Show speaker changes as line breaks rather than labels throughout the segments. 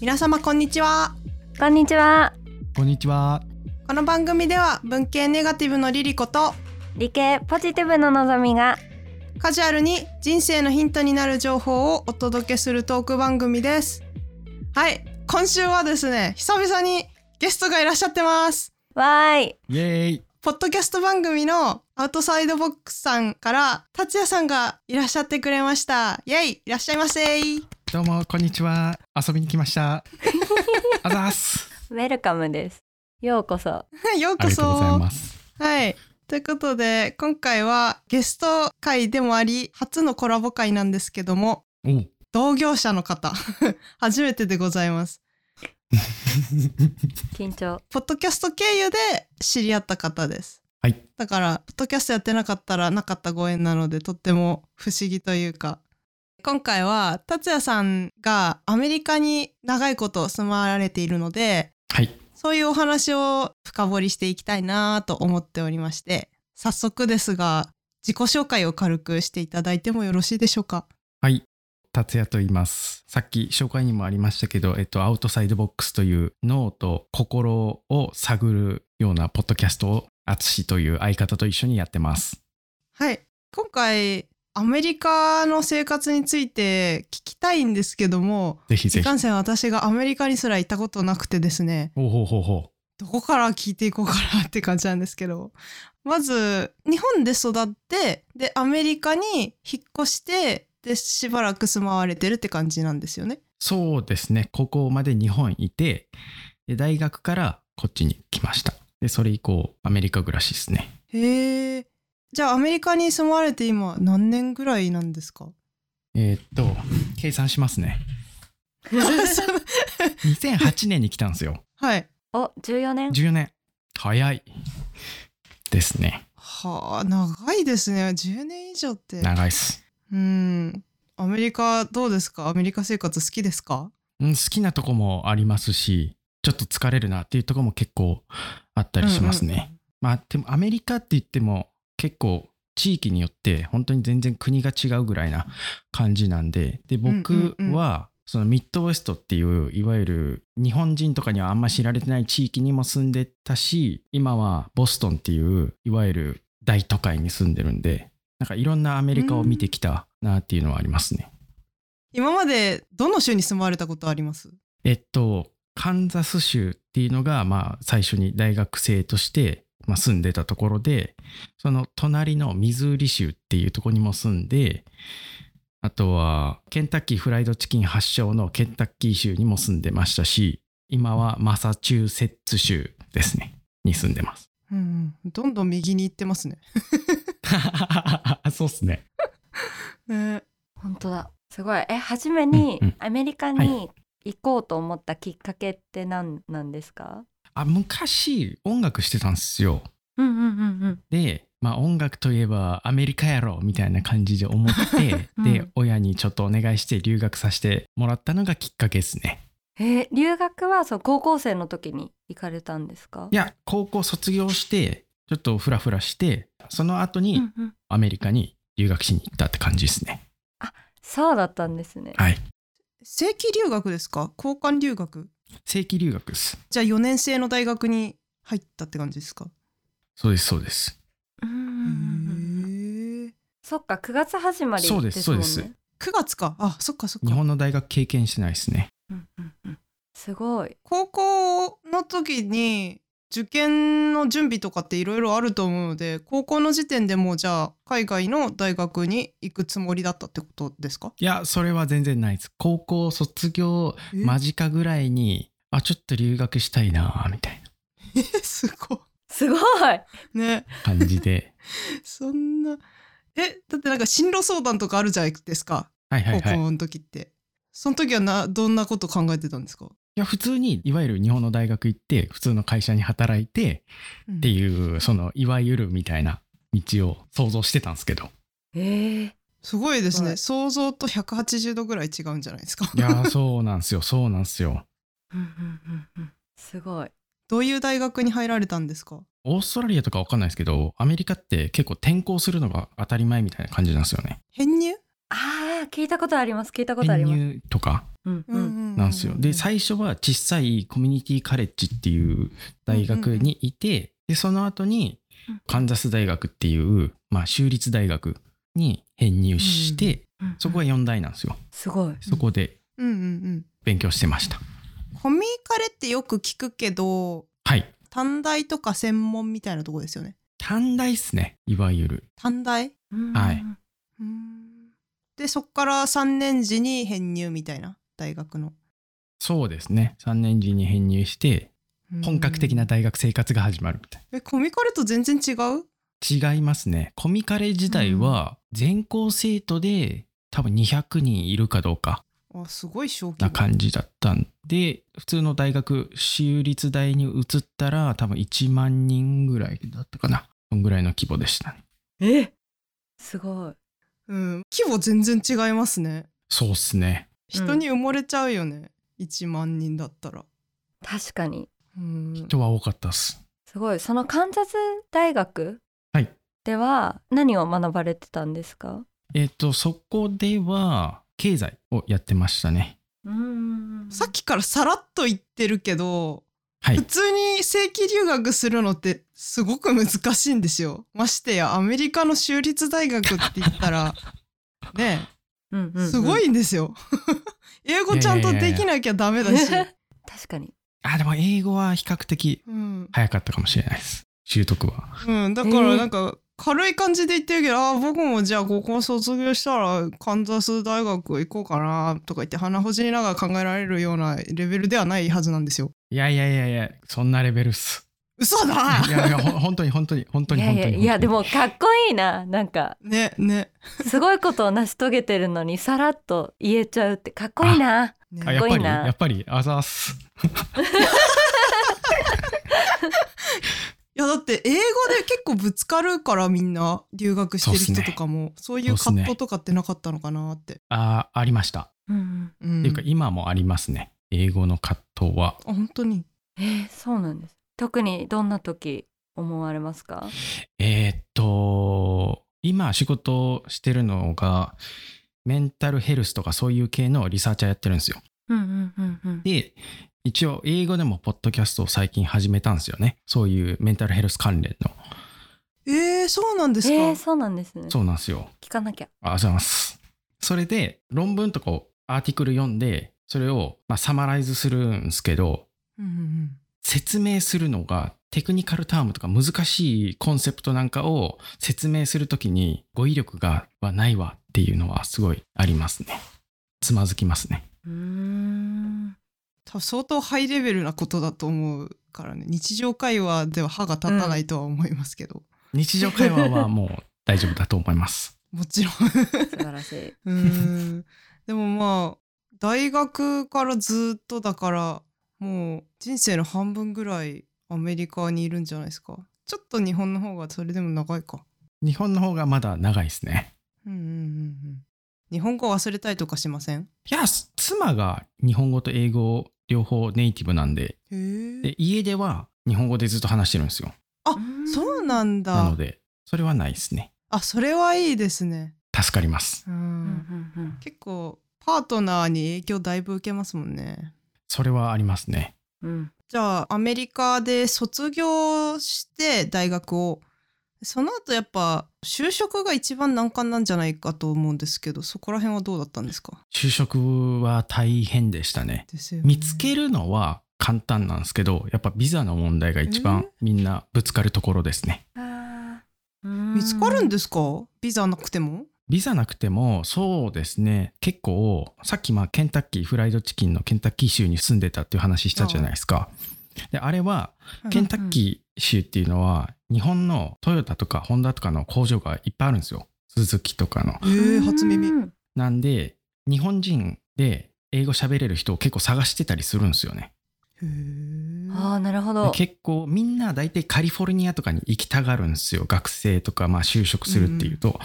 皆様こんにちは
こんにちは。
こんにちは。
この番組では文系ネガティブのリリコと
理系ポジティブの望みが
カジュアルに人生のヒントになる情報をお届けするトーク番組ですはい今週はですね久々にゲストがいらっしゃってます
わーい。
イエーイ。
ポッドキャスト番組のアウトサイドボックスさんから達也さんがいらっしゃってくれましたイエイいらっしゃいませ
どうもこんにちは。遊びに来ました。あざーす。
ウェルカムです。ようこそ。
よう
あ
こ
りがとうござい
そ
ます。
はい。ということで、今回はゲスト会でもあり、初のコラボ会なんですけども、
おう
同業者の方、 初めてでございます。
緊張。
ポッドキャスト経由で知り合った方です。
はい。
だから、ポッドキャストやってなかったらなかったご縁なので、とっても不思議というか。今回は、達也さんがアメリカに長いこと住まわれているので、
はい。
そういうお話を深掘りしていきたいなと思っておりまして、早速ですが、自己紹介を軽くしていただいてもよろしいでしょうか。
はい。達也と言います。さっき紹介にもありましたけど、えっと、アウトサイドボックスという脳と心を探るようなポッドキャストを、アツシという相方と一緒にやってます。
はい。今回、アメリカの生活について聞きたいんですけども、
ぜひぜ
い
ひ
か。んせん私がアメリカにすら行ったことなくてですね、
ほうほうほうほ
どこから聞いていこうかなって感じなんですけど、まず、日本で育って、で、アメリカに引っ越して、で、しばらく住まわれてるって感じなんですよね。
う。そうですね。ここまで日本いて、で大学からこっちに来ました。で、それ以降、アメリカ暮らしですね。
へえ。じゃあアメリカに住まわれて今何年ぐらいなんですか
えーっと、計算しますね。2008年に来たんですよ。
はい。
お、14年。
14年。早い。ですね。
はあ、長いですね。10年以上って。
長いっす。
うん。アメリカどうですかアメリカ生活好きですか
うん、好きなとこもありますし、ちょっと疲れるなっていうとこも結構あったりしますね。まあ、でもアメリカって言っても結構地域によって本当に全然国が違うぐらいな感じなんで、で、僕
うんうんう
はそのミッドウェストっていういわゆる日本人とかにはあんま知られてない地域にも住んでたし、今はボストンっていういわゆる大都会に住んでるんで、なんかいろんなアメリカを見てきたなっていうのはありますね。
今までどの州に住まわれたことあります
えっと、カンザス州っていうのが、まあ、最初に大学生として、まあ、住んでたところで、その隣のミズーリ州っていうところにも住んで、あとは、ケンタッキーフライドチキン発祥のケンタッキー州にも住んでましたし、今はマサチューセッツ州ですね、に住んでます。
うん、うん。どんどん右に行ってますね。
そうっすね。
ね
本当だ。すごい。え、初めに
うんうん
アメリカに行こうと思ったきっかけって何なんですか。
あ、昔、音楽してたんですよ。
うんうんうん、
で、まあ、音楽といえばアメリカやろみたいな感じで思って
うん
で親にちょっとお願いして留学させてもらったのがきっかけですね
うん。えー、留学はそう高校生の時に行かれたんですか。
いや高校卒業してちょっとフラフラしてその後
う
に
んうん。
アメリカに留学しに行ったって感じですね、
そうだったんですね。
はい
正規留学ですか交換留学
正規留学です
じゃあ4年生の大学に入ったって感じですか
そうですそうです
うんうんうんうん。
へえ。
そっか、9月始まりです
そ
もん
う
ね。
ですそうです
9月か。あ、そっかそっか。
日本の大学経験してないですね
うんうんうん。すごい。
高校の時に受験の準備とかっていろいろあると思うので高校の時点でもうじゃあ海外の大学に行くつもりだったってことですか
いやそれは全然ないです高校卒業
え
間近ぐらいにあちょっと留学したいなみたい
えすごい
すごい。
ね
な感じ で
そんなえだってなんか進路相談とかあるじゃないですか
はいはい
高
はい
校の時って、その時はなどんなこと考えてたんですか、
いや普通にいわゆる日本の大学行って普通の会社に働いて
うん
っていうそのいわゆるみたいな道を想像してたんですけど
ええ
すごいですね、
はい
想像と180度ぐらい違うんじゃないですか
いや ーそうなんすよそうなんすよ
うんうんうんうんすごい。
どういう大学に入られたんですか
オーストラリアとかわかんないですけどアメリカって結構転校するのが当たり前みたいな感じなんですよね
編入
ああ、聞いたことあります。聞いたことあ
転
ります。
入とか
うん
う
う
う
ん。
んん
なんですよ。で最初は小さいコミュニティカレッジっていう大学にいて、でその後に
うん
カンザス大学っていう、まあ、州立大学に編入して、
うん
そこが4大なんですよ。
すごい。
そこで
うんうん
勉強してました。
うん。コミカレってよく聞くけど、
はい。
短大とか専門みたいなとこですよね。
短大っすねいわゆる。
短大
は。
はい
うんで、そっから3年時に編入みたいな、大学の。
そうですね3年時に編入して
うん
本格的な。大学生活が始まるみたいな。
え、コミカレと全然違う
違いますねコミカレ自体は全校生徒で多分200人いるかどうか
あ、すごい小規
な
模。
感じだったんで普通の大学私立大に移ったら多分1万人ぐらいだったかなそんぐらいの規模でしたね
えすごい。
うん。規模全然違いますね。
そうっすね
人に埋もれちゃうよね。1万人だったら。
確かに。
うん。
人は多かったっす
すごい。そのカンザス大学
はい
では何を学ばれてたんですか
えっ、とそこでは経済をやってましたね
うん
さっきからさらっと言ってるけど、
はい
普通に正規留学するのってすごく難しいんですよ。ましてやアメリカの州立大学って言った らね
うんうんうん
すごいんですよ。 英語ちゃんとできなきゃダメだし。
確かに。
あでも英語は比較的
うん、
早かったかもしれないです習得は
うん、だからなんか軽い感じで言ってるけど、あー僕もじゃあ高校卒業したらカンザス大学行こうかなとか言って鼻ほじりながら考えられるようなレベルではないはずなんですよ。
いやいやいやいやそんなレベルっす
嘘だ
いやいやほん本当に本当に本当
い
に
や
本
い
当
や
に本当に
いやでもかっこいいななんか
ねね
すごいことを成し遂げてるのにさらっと言えちゃうってかっこいいな。
ね
あやっ
かっこ
ぱ
いい
り
な
やっぱりあざーす
いやだって英語で結構ぶつかるからみんな留学してる人とかもそう,、いう葛藤とかってなかったのかなって。
あーありました、
うん
うん、
っていうか今もありますね英語の葛藤は
あ本当に
うん、えーそうなんです。特にどんな時思われますか？
えーっと今仕事をしてるのがメンタルヘルスとかそういう系のリサーチャーやってるんですよ
うんうんうんうん。
で一応英語でもポッドキャストを最近始めたんですよねそういうメンタルヘルス関連の
えー、そうなんですか、
えー、そうなんですね。
そうなんですよ
聞かなきゃ。
ありがとうございます。それで論文とかをアーティクル読んでそれをまあサマライズするんですけど
うんうん
説明するのがテクニカルタームとか難しいコンセプトなんかを説明するときに語彙力がはないわっていうのはすごいありますね。つまずきますね。
うーん。
多分相当ハイレベルなことだと思うからね日常会話では歯が立たないとは思いますけど、
日常会話はもう大丈夫だと思います。
もちろん
素晴らしい。
うーんでもまあ大学からずっとだからもう人生の半分ぐらいアメリカにいるんじゃないですかちょっと日本の方がそれでも長いか
日本の方がまだ長いですね。
うんうんうんうん日本語忘れたりとかしません
いや、す妻が日本語と英語両方ネイティブなんで、
へえ
で家では日本語でずっと話してるんですよ。
あそう
だ。
なん
な
だ
ので、それはないですね。
あそれはいいですね
助かります。
う
うんんうんうん
結構パートナーに影響だいぶ受けますもんね
それはありますね。
うん。
じゃあアメリカで卒業して大学をその後やっぱ就職が一番難関なんじゃないかと思うんですけどそこら辺はどうだったんですか
就職は大変でしたね。
ですよね
見つけるのは簡単なんですけど、やっぱビザの問題が一番みんなぶつかるところですね。
あー
見つかるん
だ。
ですかビザなくても
ビザなくても、そうですね、結構、さっきまあケンタッキーフライドチキンのケンタッキー州に住んでたっていう話したじゃないですか。で、あれは、ケンタッキー州っていうのは、日本のトヨタとかホンダとかの工場がいっぱいあるんですよ。鈴木とかの。
えー、初耳
うん
なんで、日本人で英語喋れる人を結構探してたりするんですよね。
へー
ああなるほ
で
ど。
結構みんな大体カリフォルニアとかに行きたがるんですよ学生とかまあ就職するっていうと、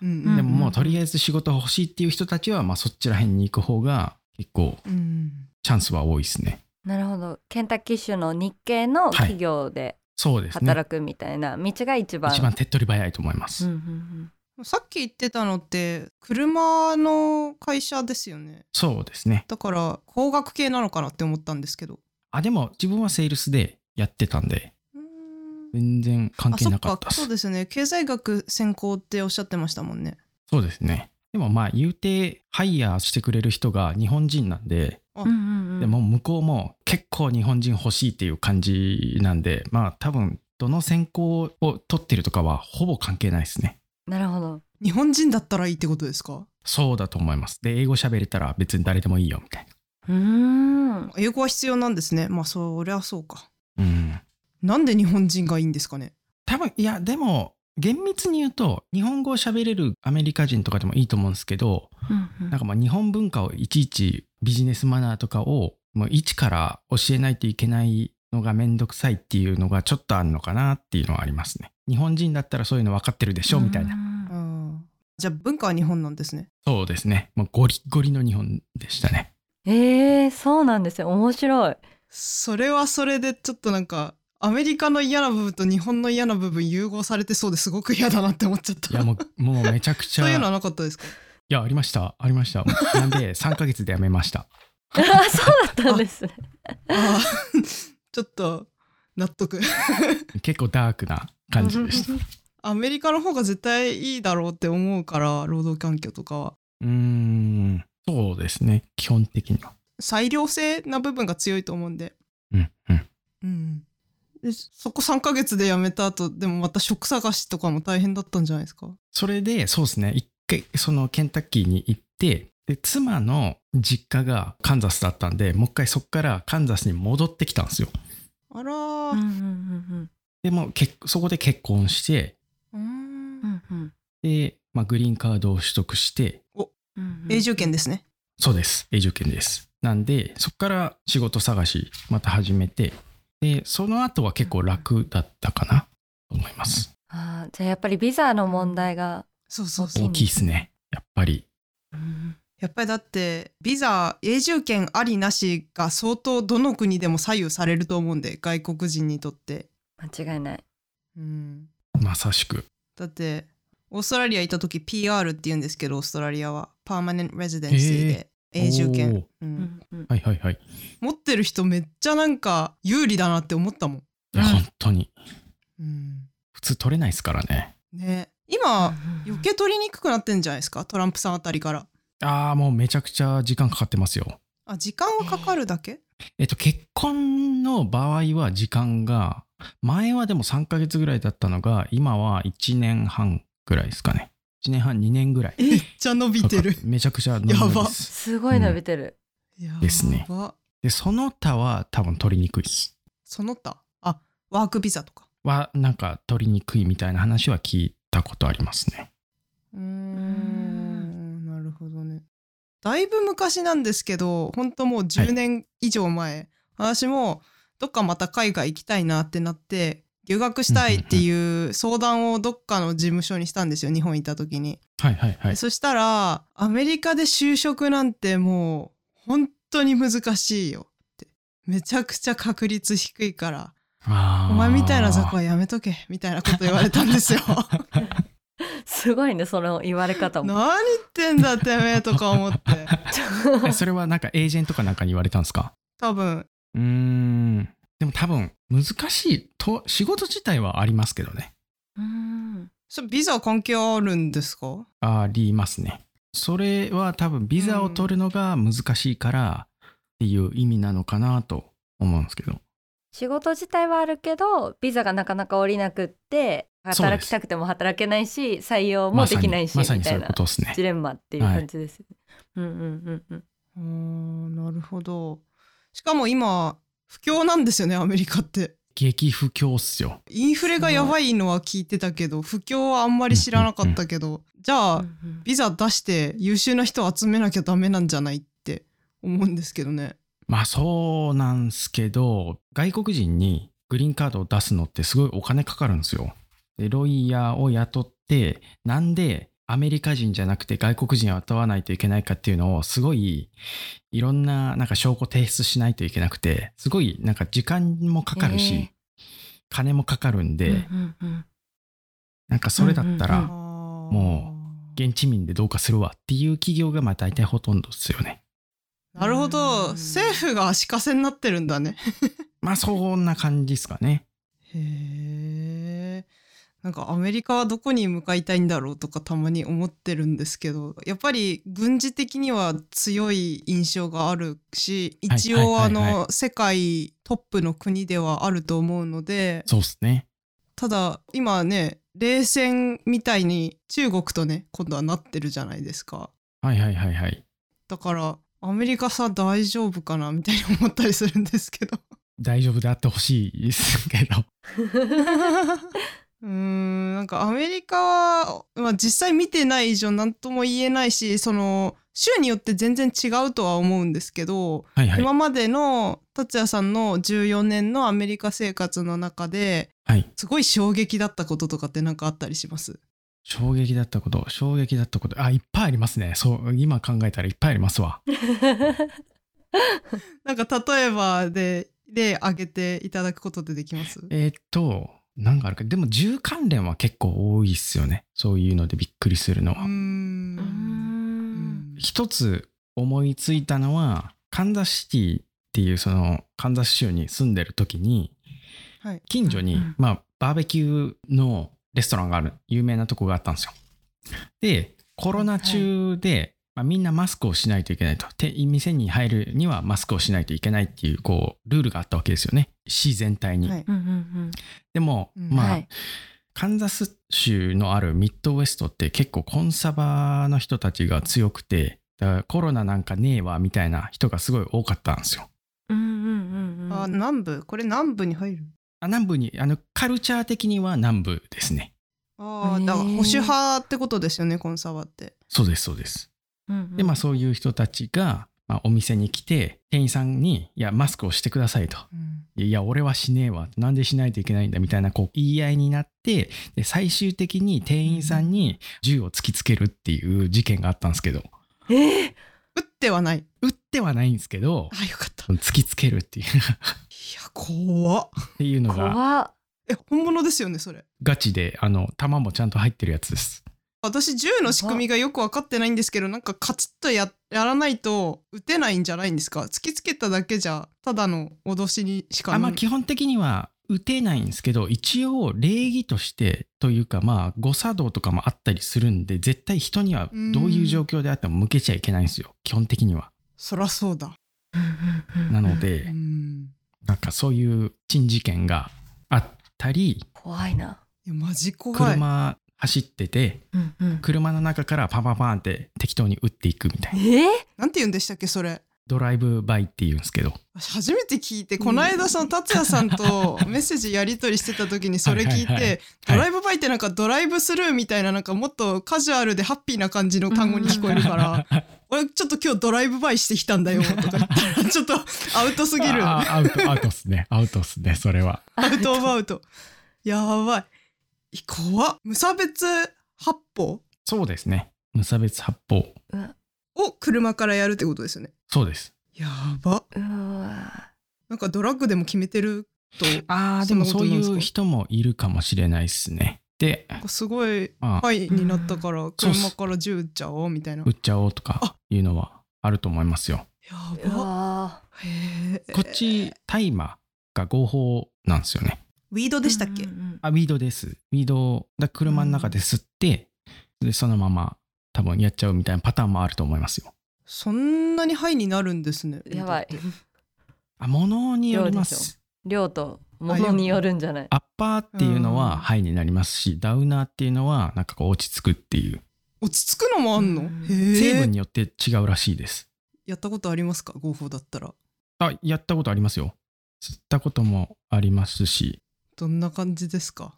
うん
うん
でももうとりあえず仕事欲しいっていう人たちはまあそっちら辺に行く方が結構
うん
チャンスは多いですね
なるほど。ケンタッキー州の日系の企業で
そうですね
働くみたいな道が一番。
一番手っ取り早いと思います、
うんうんうん
さっき言ってたのって車の会社ですよね
そうですね。
だから工学系なのかなって思ったんですけど
あ、でも自分はセールスでやってたんで、
うーん
全然関
あ
係
そ
な
っ
か
か
ったです。
そうですね経済学専攻っておっしゃってましたもんね
そうですね。でもまあ言うてハイヤーしてくれる人が日本人なんで、
あ
うんうんうん
でも向こうも結構日本人欲しいっていう感じなんで、まあ多分どの専攻を取ってるとかはほぼ関係ないですね。
なるほど
日本人だったらいいってことですか
そうだと思います。で、英語喋れたら別に誰でもいいよみたいう
ーん
英語は必要なんですねまあそりゃそうか
な。うん。
なんで日本人がいいんですかね
多分、いや、でも厳密に言うと日本語を喋れるアメリカ人とかでもいいと思うんですけど、
うんうん
なんかまあ日本文化をいちいちビジネスマナーとかをもう一から教えないといけないのがめんどくさいっていうのがちょっとあるのかなっていうのはありますね。日本人だったらそういうの分かってるでしょみたいな。
あ
な
ーじゃあ文化は日本なんですね
そうですね。もうゴリゴリの日本でした ね。
えー、そうなんですよ面白い
それはそれでちょっとなんかアメリカの嫌な部分と日本の嫌な部分融合されてそうですごく嫌だなって思っちゃっ
い
た
やもうもうめちゃくちゃ。
そういうのはなかった ですか
いやありましたありました。なんで3ヶ月でやめました。
あそうだったんですね
あーちょっと納得
結構ダークな 感じでした。う
アメリカの方が絶対いいだろうって思うから労働環境とかは
ーんそうですね基本的には。
裁量性な部分が強いと思うんで
うんうん。
うんでそこ3ヶ月で辞めた後でもまた職探しとかも大変だったんじゃないですか
それでそうですね一回そのケンタッキーに行ってで妻の実家がカンザスだったんでもう一回そっからカンザスに戻ってきたんですよ
あら
うんう
ー
んうん
でもう結そこで結婚して
うーん
うんうん
で、まあ、グリーンカードを取得して
うんうん
永住権ですね
そうです永住権ですなんでそっから仕事探しまた始めてでその後は結構楽だったかなと思います
あーじゃあやっぱりビザの問題が、
そうそうそう
大きいですねやっぱり
やっぱりだってビザ永住権ありなしが相当どの国でも左右されると思うんで外国人にとって、
間違いない
うん、
まさしく
だってオーストラリア行った時 PR って言うんですけどオーストラリアはパーマネントレジデンシーで永住
おー
権、うん
うんうん
はいはいはい
持ってる人めっちゃなんか有利だなって思ったもん、
いや
うん
本当に
うん、
普通取れないですからね
ね今余計取りにくくなってんじゃないですかトランプさんあたりから
ああ、もうめちゃくちゃ時間かかってますよ。
あ時間はかかるだけ
えっと、結婚の場合は時間が、前はでも3ヶ月ぐらいだったのが、今は1年半ぐらいですかね。1年半、2年ぐらい。
めっちゃ伸びてる
かかめちゃくちゃ伸びて
や
ま
ば
す。
すごい伸びてる、
やば
ですねで、その他は多分取りにくいです。
その他あワークビザとか
は、なんか取りにくいみたいな話は聞いたことありますね。
うーんなるほどねだいぶ昔なんですけど本当もう
は
10
い
年以上前、私もどっかまた海外行きたいなってなって留学したいっていう相談をどっかの事務所にしたんですよ日本行った時に、
はいはいはい。
そしたらアメリカで就職なんてもう本当に難しいよってめちゃくちゃ確率低いから
あ
お
ー
前みたいな雑魚はやめとけみたいなこと言われたんですよ
すごいねその言われ方も
何言ってんだてめえとか思って
えそれはなんかエージェントかなんかに言われたんですか
多分
うーん。でも多分難しいと仕事自体はありますけどね。
うん
それビザ関係あるんですか
ありますね。それは多分ビザを取るのが難しいからっていう意味なのかなと思うんですけど。
仕事自体はあるけどビザがなかなか下りなくって
そうで
働
す
きたくても働けないし採用も
ま
で
さに
きないし、
まさに
み
そ
た
う
いう
い
な
ことですね
ジ。レンマっていう感じです、ねうんうんうんうん
あーなるほどしかも今不況なんですよねアメリカって
激不況っすよ。
インフレがやばいのは聞いてたけど不況はあんまり知らなかったけどじゃ
う
あ
んうん
ビザ出して優秀な人集めなきゃダメなんじゃないって思うんですけどね
まあそうなんすけど、外国人にグリーンカードを出すのってすごいお金かかるんですよ。で、ロイヤーを雇って、なんでアメリカ人じゃなくて外国人を雇わないといけないかっていうのをすごいいろんななんか証拠提出しないといけなくて、すごいなんか時間もかかるし、
ええ
金もかかるんで、
うんうんうん
なんかそれだったら、
あ
うんうんうん
ーも
現地民でどうかするわっていう企業がまあ大体ほとんどですよね。
なるほ
うん
ど政府が足かせになってるんだね
まあそんな感じですかね。
へえなんかアメリカはどこに向かいたいんだろうとかたまに思ってるんですけどやっぱり軍事的には強い印象があるし
はい
一応
は
あ
いはい
の世界トップの国ではあると思うので
そうですね。
ただ今ね冷戦みたいに中国とね今度はなってるじゃないですか
はいはいはいはい。
だからアメリカさ大丈夫かなみたいに思ったりするんですけど
大丈夫であってほしいですけど。
うーんなんかアメリカは、まあ、実際見てない以上何とも言えないしその州によって全然違うとは思うんですけど、
はいはい。
今までの達也さんの14年のアメリカ生活の中で
はい。
すごい衝撃だったこととかって何かあったりします
衝撃だったこと、衝撃だったこと。あ、いっぱいありますね。そう、今考えたらいっぱいありますわ。
なんか例えばで例挙げていただくことってできます
えーっと、なんかあるか。でも銃関連は結構多いっすよね。そういうのでびっくりするの
う
は。
ーん
うーん
一つ思いついたのはカンザスシティっていうそのカンザス州に住んでる時に
はい
近所に、
うん
まあ、バーベキューのレストランがある有名なとこがあったんですよ。でコロナ中で、まあ、みんなマスクをしないといけないとて店に入るにはマスクをしないといけないっていうこうルールがあったわけですよね市全体に。
はい
うんうん
でも、
うん
まあ、
はい
カンザス州のあるミッドウェストって結構コンサバの人たちが強くてだからコロナなんかねえわみたいな人がすごい多かったんですよ。
うんうんうんうん
あ南部これ南部に入る
あ南部にあのカルチャー的には南部ですね。
ああ
ねー
だから保守派ってことですよねコンサバって。
そうですそうです。
うんうん
でまあそういう人たちが、まあ、お店に来て店員さんに「いやマスクをしてください」と「いや俺はしねえわ」なんでしないといけないんだみたいなこう言い合いになってで最終的に店員さんに銃を突きつけるっていう事件があったんですけど
えー
打ってはない。
撃ってはないんですけど
あよかった。い
突きつけるっていう
や怖っ。
っていうのが
怖っ
え本物ですよねそれ。
ガチであの弾もちゃんと入ってるやつです。
私銃の仕組みがよく分かってないんですけどなんかカチッとややらないと打てないんじゃないんですか突きつけただけじゃただの脅しにしかな
あ
い
まあ基本的には撃てないんですけど一応礼儀としてというかまあ誤作動とかもあったりするんで絶対人にはどういう状況であっても向けちゃいけないんですよ基本的には。
そらそうだ。
なの
う
で
ん
なんかそういう珍事件があったり
怖いない
やマジ怖い。
車走ってて
うんうん
車の中からパンパンパンって適当に撃っていくみたい
え
な
ー
なんて言うんでしたっけそれ。
ドライブバイっていうんですけど
私初めて聞いてこの間その達也さん とメッセージやり取りしてた時にそれ聞い
はいはいはい
てドライブバイってなんかドライブスルーみたいななんかもっとカジュアルでハッピーな感じの単語に聞こえる から俺ちょっと今日ドライブバイしてきたんだよとか言ったらちょっとアウトすぎるア
ああアウトアウトっすねアウトっすねそれは
ウトオブアウトやばい怖っ無差別発砲
そうですね無差別発砲
うわ
を車からやるってことですよね
そうです
やば
うわ
なんかドラッグでも決めてると
ああで
そん
も
なこと
そう
ないんですか
う人もいるかもしれないっすねで
なんかすごい
まあ
パイになったから
そうっす
車から銃撃っちゃおうみたいな
売っちゃおうと
あ
かいうのはあると思いますよ
や
う
ば
わ
へえ
こっち大麻が合法なんですよね
ウィードでしたっけ、
うんうん
あウィードですウィードをだ車の中で吸ってでそのまま多分やっちゃうみたいなパターンもあると思いますよ
そんなにハイになるんですね
やばい
あ物によりま
量でし
す
量と物によるんじゃない
アッパーっていうの
うん
はハイになりますしダウナーっていうのはなんかこう落ち着くっていう
落ち着くのもあんの、
うん
へ
成
え
分によって違うらしいです
やったことありますか合法だったら
あやったことありますよ吸ったこともありますし
どんな感じですか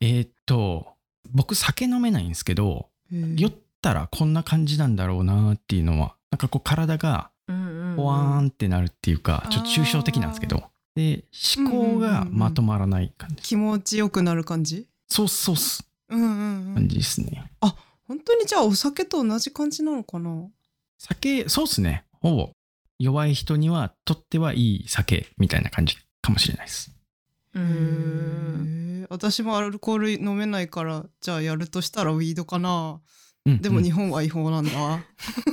えーっと僕酒飲めないんですけど
へえ
酔ったらこんな感じなんだろうなっていうのはなんかこう体がポワーンってなるっていうか
うん
ちょっと抽象的なんですけどで思考がまとまらない感じ
気持ちよくなる感じ
そうそうっす
うんうんう
感
ん
じですね
本当にじゃあお酒と同じ感じなのかな
酒そうっすねほぼ弱い人にはとってはいい酒みたいな感じかもしれないです
うー
へ
ん
ー私もアルコール飲めないからじゃあやるとしたらウィードかな
うん
でも
うん
日本は違法なんだ、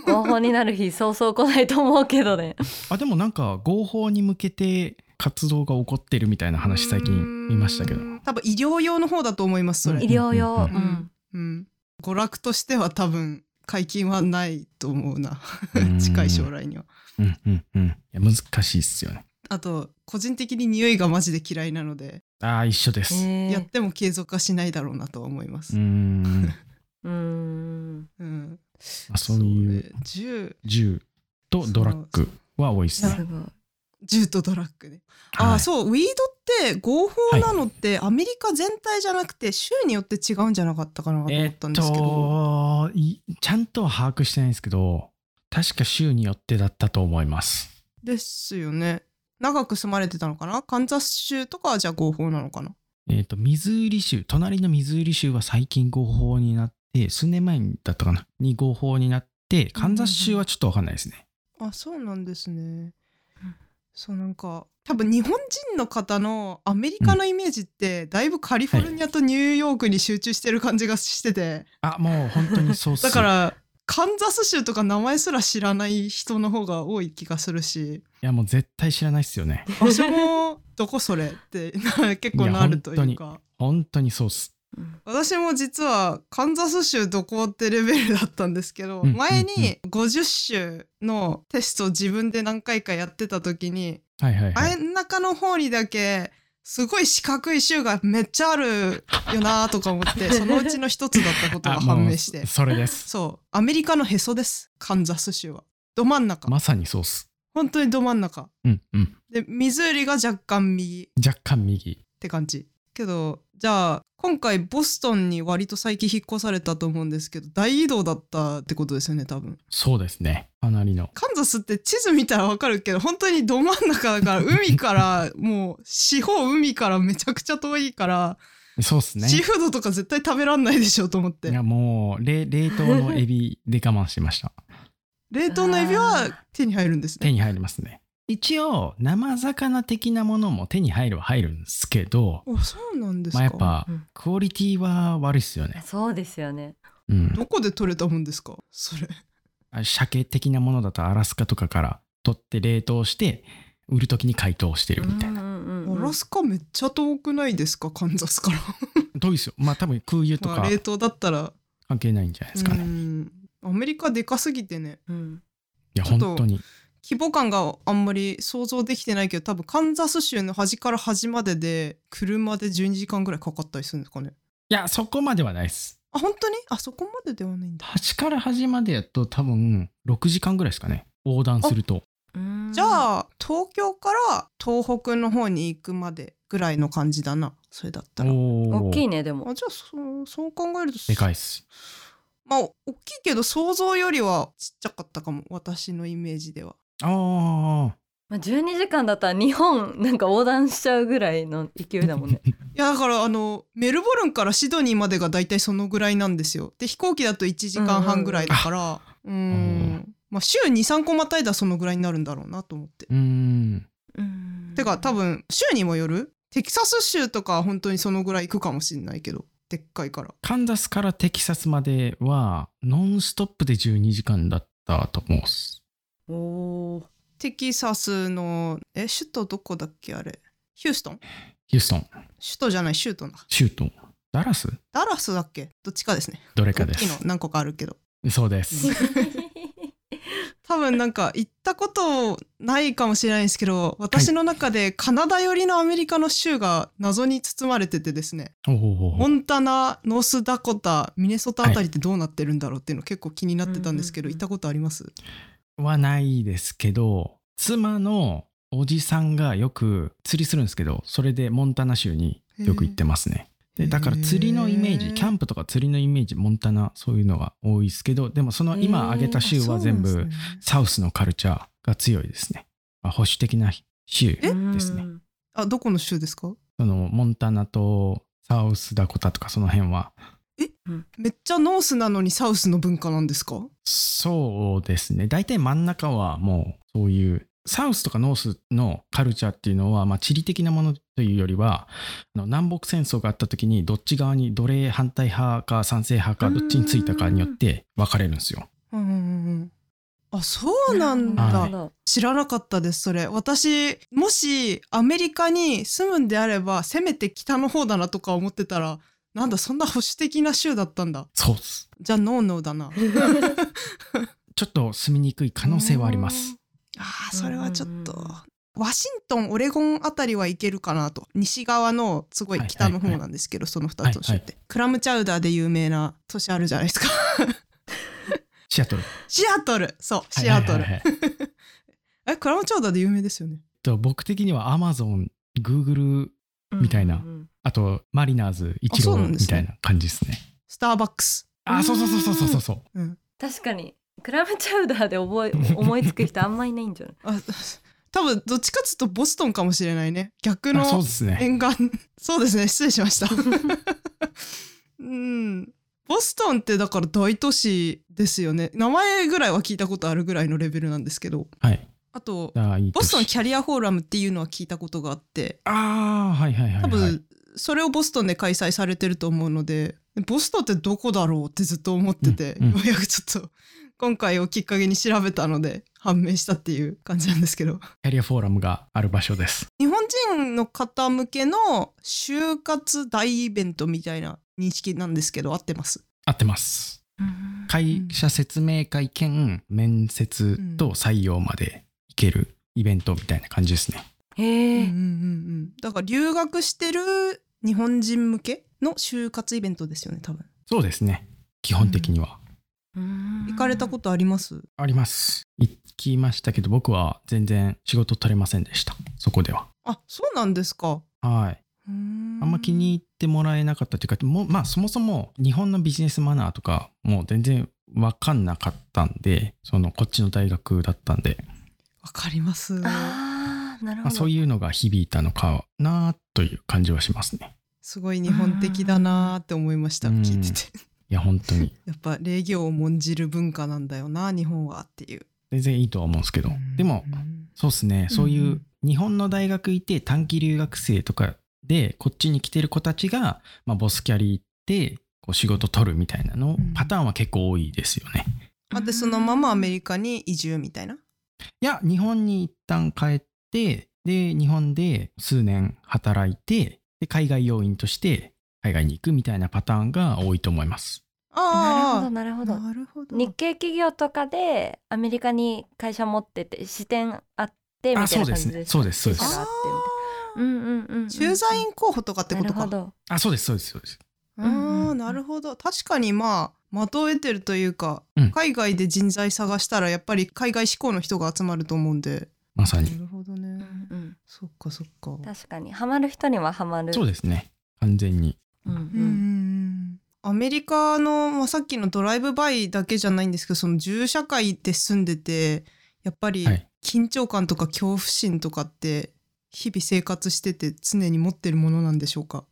合法になる日そうそう来ないと思うけどね
あでもなんか合法に向けて活動が起こってるみたいな話最近見ましたけど
うん多分医療用の方だと思いますそれ、
医療用、
うん
う
うん
ん
うん、娯楽としては多分解禁はないと思うな
う ん
近い将来には
うんうんうんいや難しいっすよね
あと個人的に匂いがマジで嫌いなので、
ああ一緒です、
へー
やっても継続はしないだろうなとは思いま
うー
す、
んま
うーん
うん
あそういう
ね銃
銃とドラッグは多いっす
す
ね、
ごい
銃とドラッグね
は
あ
い
あそうウィードって合法なのってアメリカ全体じゃなくて州によって違うんじゃなかったかなと
え
思
っ
ったんですけど、
といちゃんとは把握してないんですけど確か州によってだったと思います
ですよね長く住まれてたのかなカンザス州とかはじゃあ合法なのかな
えっ、とミズーリ州隣のミズーリ州は最近合法になって数年前だったかなに合法になってカンザス州はちょっとわかんないですね、
あそうなんですねそうなんか多分日本人の方のアメリカのイメージってだいぶカリフォルニアとニューヨークに集中してる感じがしてて
あもう本当にそうっ す
だからカンザス州とか名前すら知らない人の方が多い気がするし
いやもう絶対知らないっすよね
場所もどこそれって な結構なるという
いや
か
本当にそうっす
うん
私も実はカンザス州どこってレベルだったんですけど、
うんうん
前に50州のテストを自分で何回かやってた時に、
はいはいはい
あん中の方にだけすごい四角い州がめっちゃあるよなとか思って そのうちの一つだったことが
あもう
判明して
それです
そうアメリカのへそですカンザス州はど真ん中、
まさにそうっす
本当にど真ん中
うんうん
でミズーリが若干右
若干右
って感じけどじゃあ今回ボストンに割と最近引っ越されたと思うんですけど大移動だったってことですよね多分
そうですねかなりの
カンザスって地図見たらわかるけど本当にど真ん中だから海からもう四方海からめちゃくちゃ遠いから、
そうっすね
シーフードとか絶対食べらんないでしょと思っ
い
て
やもう冷冷凍のエビで我慢して ました
冷凍のエビ
あー
は手に入るんです
手
ね
に入りますね一応生魚的なものも手に入るは入るんですけど
あそうなんです
ま
か、
あやっぱ
うん
クオリティは悪いっすよね
そうですよね
うん
どこで取れたもんですかそれ
あ鮭的なものだとアラスカとかから取って冷凍して売る時に解凍してるみたいな
うんうんうん
ア
うん
ラスカめっちゃ遠くないですかカンザスから、
どうですよまあ多分空輸と
ま
か
あ、冷凍だったら
関係ないんじゃないですかね
うんアメリカでかすぎてね
うん
いや
ちょっ
本
と
当に
規模感があんまり想像できてないけど多分カンザス州の端から端までで車で12時間ぐらいかかったりするんですかね
いやそこまではないです
あ本当にあそこまでではないんだ
端から端までやと多分6時間ぐらいですかね横断すると
うん
じゃあ東京から東北の方に行くまでぐらいの感じだなそれだったらあ
お
大きい
ね
ねでも
じゃあそうそう考えると
でかいっす
まあ大きいけど想像よりはちっちゃかったかも私のイメージでは
ああ
まあ12時間だったら日本なんか横断しちゃうぐらいの勢いだもん ね
いやだからあのメルボルンからシドニーまでがだいたいそのぐらいなんですよ。で飛行機だと1時間半ぐらいだからうんまあ週23個またいだらそのぐらいになるんだろうなと思って。
うーん
うん
てか多分州にもよるテキサス州とかは本当にそのぐらい行くかもしれないけどでっかいから。
カンザスからテキサスまではノンストップで12時間だったと思うっす
お ー
テキサスのえ首都どこだっけあれヒューストン
ヒューストン
首都じゃない州都だ
シュートンダラス
ダラスだっけどっちかですね。
どれ
大
かで
きいの
す
何個かあるけど。
そうです
多分なんか行ったことないかもしれないですけど私の中でカナダ寄りのアメリカの州が謎に包まれててですね
おお
モンタナノースダコタミネソタあたりってどうなってるんだろうっていうの結構気になってたんですけど
うん
行っ
うんうん
たことあります
はないですけど妻のおじさんがよく釣りするんですけどそれでモンタナ州によく行ってますね
へ
で
ー
だから釣りのイメー
へー
ジキャンプとか釣りのイメージモンタナそういうのが多いですけどでもその今挙げた州は全
そうなん
部
ですね
サウスのカルチャーが強いですね、まあ保守的な州ですね
うん
あどこの州ですか
そのモンタナとサウスダコタとかその辺は
めっちゃノースなのにサウスの文化なんですか
そうですね大体真ん中はもうそういうサウスとかノースのカルチャーっていうのは、まあ、地理的なものというよりはあの南北戦争があった時にどっち側に奴隷反対派か賛成派かどっちについたかによって分かれるんですよ。
うんうんうんあそうなんだ、
なるほ
るほど
知らなかったですそれ私もしアメリカに住むんであればせめて北の方だなとか思ってたらなんだそんな保守的な州だったんだ
そうっす
じゃあノーノーだな
ちょっと住みにくい可能性はあります。
あーそれはちょっと、
うんうんうん
ワシントンオレゴンあたりは行けるかなと西側のすごい北の方なんですけど、その2つの州って、
はい
クラムチャウダーで有名な都市あるじゃないですか
シアトル。
シアトルそうシアトル、
はいはいはいはいえっ
えクラムチャウダーで有名ですよね
と僕的にはアマゾン、グーグル、みたい
う
な
んうんうん
あとマリナーズ、イチ
あ
ロ
そうな
ー
んで
み
すね
たいな感じですね。
スターバックス
あ、そうそうそうそうそうそう。
うん
確かにクラムチャウダーで覚え思いつく人あんまいないんじゃない
あ多分どっちかっつうとボストンかもしれないね逆
あ
の
そうですね。
沿岸そうですね失礼しましたうんボストンってだから大都市ですよね名前ぐらいは聞いたことあるぐらいのレベルなんですけど
はい。
あと
あいい
ボストン
年
キャリアフォーラムっていうのは聞いたことがあって
ああ、はいはいはい、
多
はい。
分それをボストンで開催されてると思うのでボストンってどこだろうってずっと思ってて、
うんうん
ようやくちょっと今回をきっかけに調べたので判明したっていう感じなんですけど
キャリアフォーラムがある場所です。
日本人の方向けの就活大イベントみたいな認識なんですけど合ってます
合ってます。会社説明会兼面接と採用まで行けるイベントみたいな感じですね。
うんうん
へ
うんう
え
んだから留学してる日本人向けの就活イベントですよね多分
そうですね。基本的には。
行かれたことあります
あります。行きましたけど、僕は全然仕事取れませんでした。そこでは。
あそうなんですか
はい。
あ
あん
ん
ま気に入ってもらえなかったというか、もうまあそもそも日本のビジネスマナーとかもう全然わかんなかったんで、そのこっちの大学だったんで、
わかります
ああなる
ま
ほ
あ、
ど
そういうのが響いたのかなという感じはしますね。
すごい日本的だなーって思いました
うん
聞いて て
いや本当に
やっぱ礼儀を重んじる文化なんだよな日本はっていう
全然いいとは思うんですけど、でも
うん
そうですね、そうい
んう
うん日本の大学行って短期留学生とかでこっちに来てる子たちが、まあ、ボスキャリ行ってこう仕事取るみたいなの
うん
パターンは結構多いですよね。
あでそのままアメリカに移住みたいない
や日本に一旦帰ってで日本で数年働いてで海外要員として海外に行くみたいなパターンが多いと思います。
ああ
なるほど
な
なるほ
るほど
ど日系企業とかでアメリカに会社持ってて支店あってみたい
あ
な
そ
感
うで
じ
すねそうですそうで
支
す
社が
あ
あってみたいなうんうんうんうん
ー駐在員候補とかって
な
こ
る
とか
ほど
あそうですそうですそうです。
あ
うんう
ー
ん
なるほど確かにまあまとえてるというか、
うん
海外で人材探したらやっぱり海外志向の人が集まると思うんで
まさ
な
に。
るほど
う
ね
んうん
そっかそっか
確かにハマる人にはハマる
そうですね完全に。
うんう
うん
ん
アメリカの、まあ、さっきのドライブバイだけじゃないんですけどその銃社会で住んでてやっぱり
はい
緊張感とか恐怖心とかって日々生活してて常に持ってるものなんでしょうか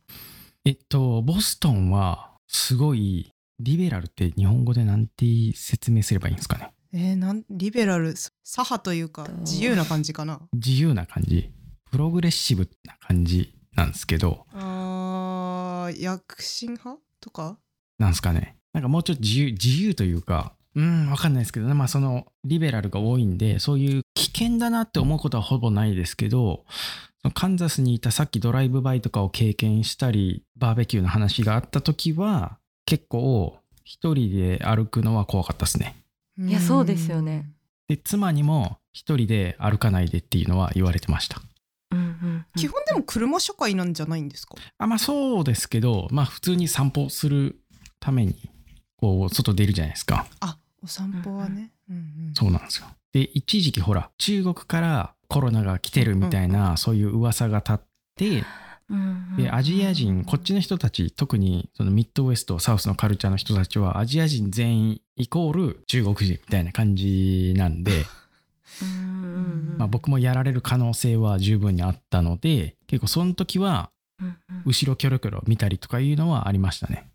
えっと、ボストンはすごい、リベラルって日本語でなんて説明すればいいんですかね。
えー、なんリベラル左派というか
どう
自由な感じかな
自由な感じ、プログレッシブな感じなんですけど、
あー躍進派とか
なんですかね。なんかもうちょっと自由、自由というか、うん、わかんないですけどね。まあその、リベラルが多いんで、そういう危険だなって思うことはほぼないですけど、そのカンザスにいたさっきドライブバイとかを経験したり、バーベキューの話があった時は、結構、一人で歩くのは怖かったですね。
い
やそうですよね
で妻にも一人で歩かないでっていうのは言われてました
うんうんうん
基本でも車社会なんじゃないんですか
あまあそうですけどまあ普通に散歩するためにこう外出るじゃないですか
あお散歩はね、うんうん
そうなんですよで一時期ほら中国からコロナが来てるみたいなそういう噂が立って
うんうん
でアジア人こっちの人たち特にそのミッドウェストサウスのカルチャーの人たちはアジア人全員イコール中国人みたいな感じなん で
うんうんうん
まあ僕もやられる可能性は十分にあったので結構その時は
うんうん
後ろキョロキョロ見たりとかいうのはありましたね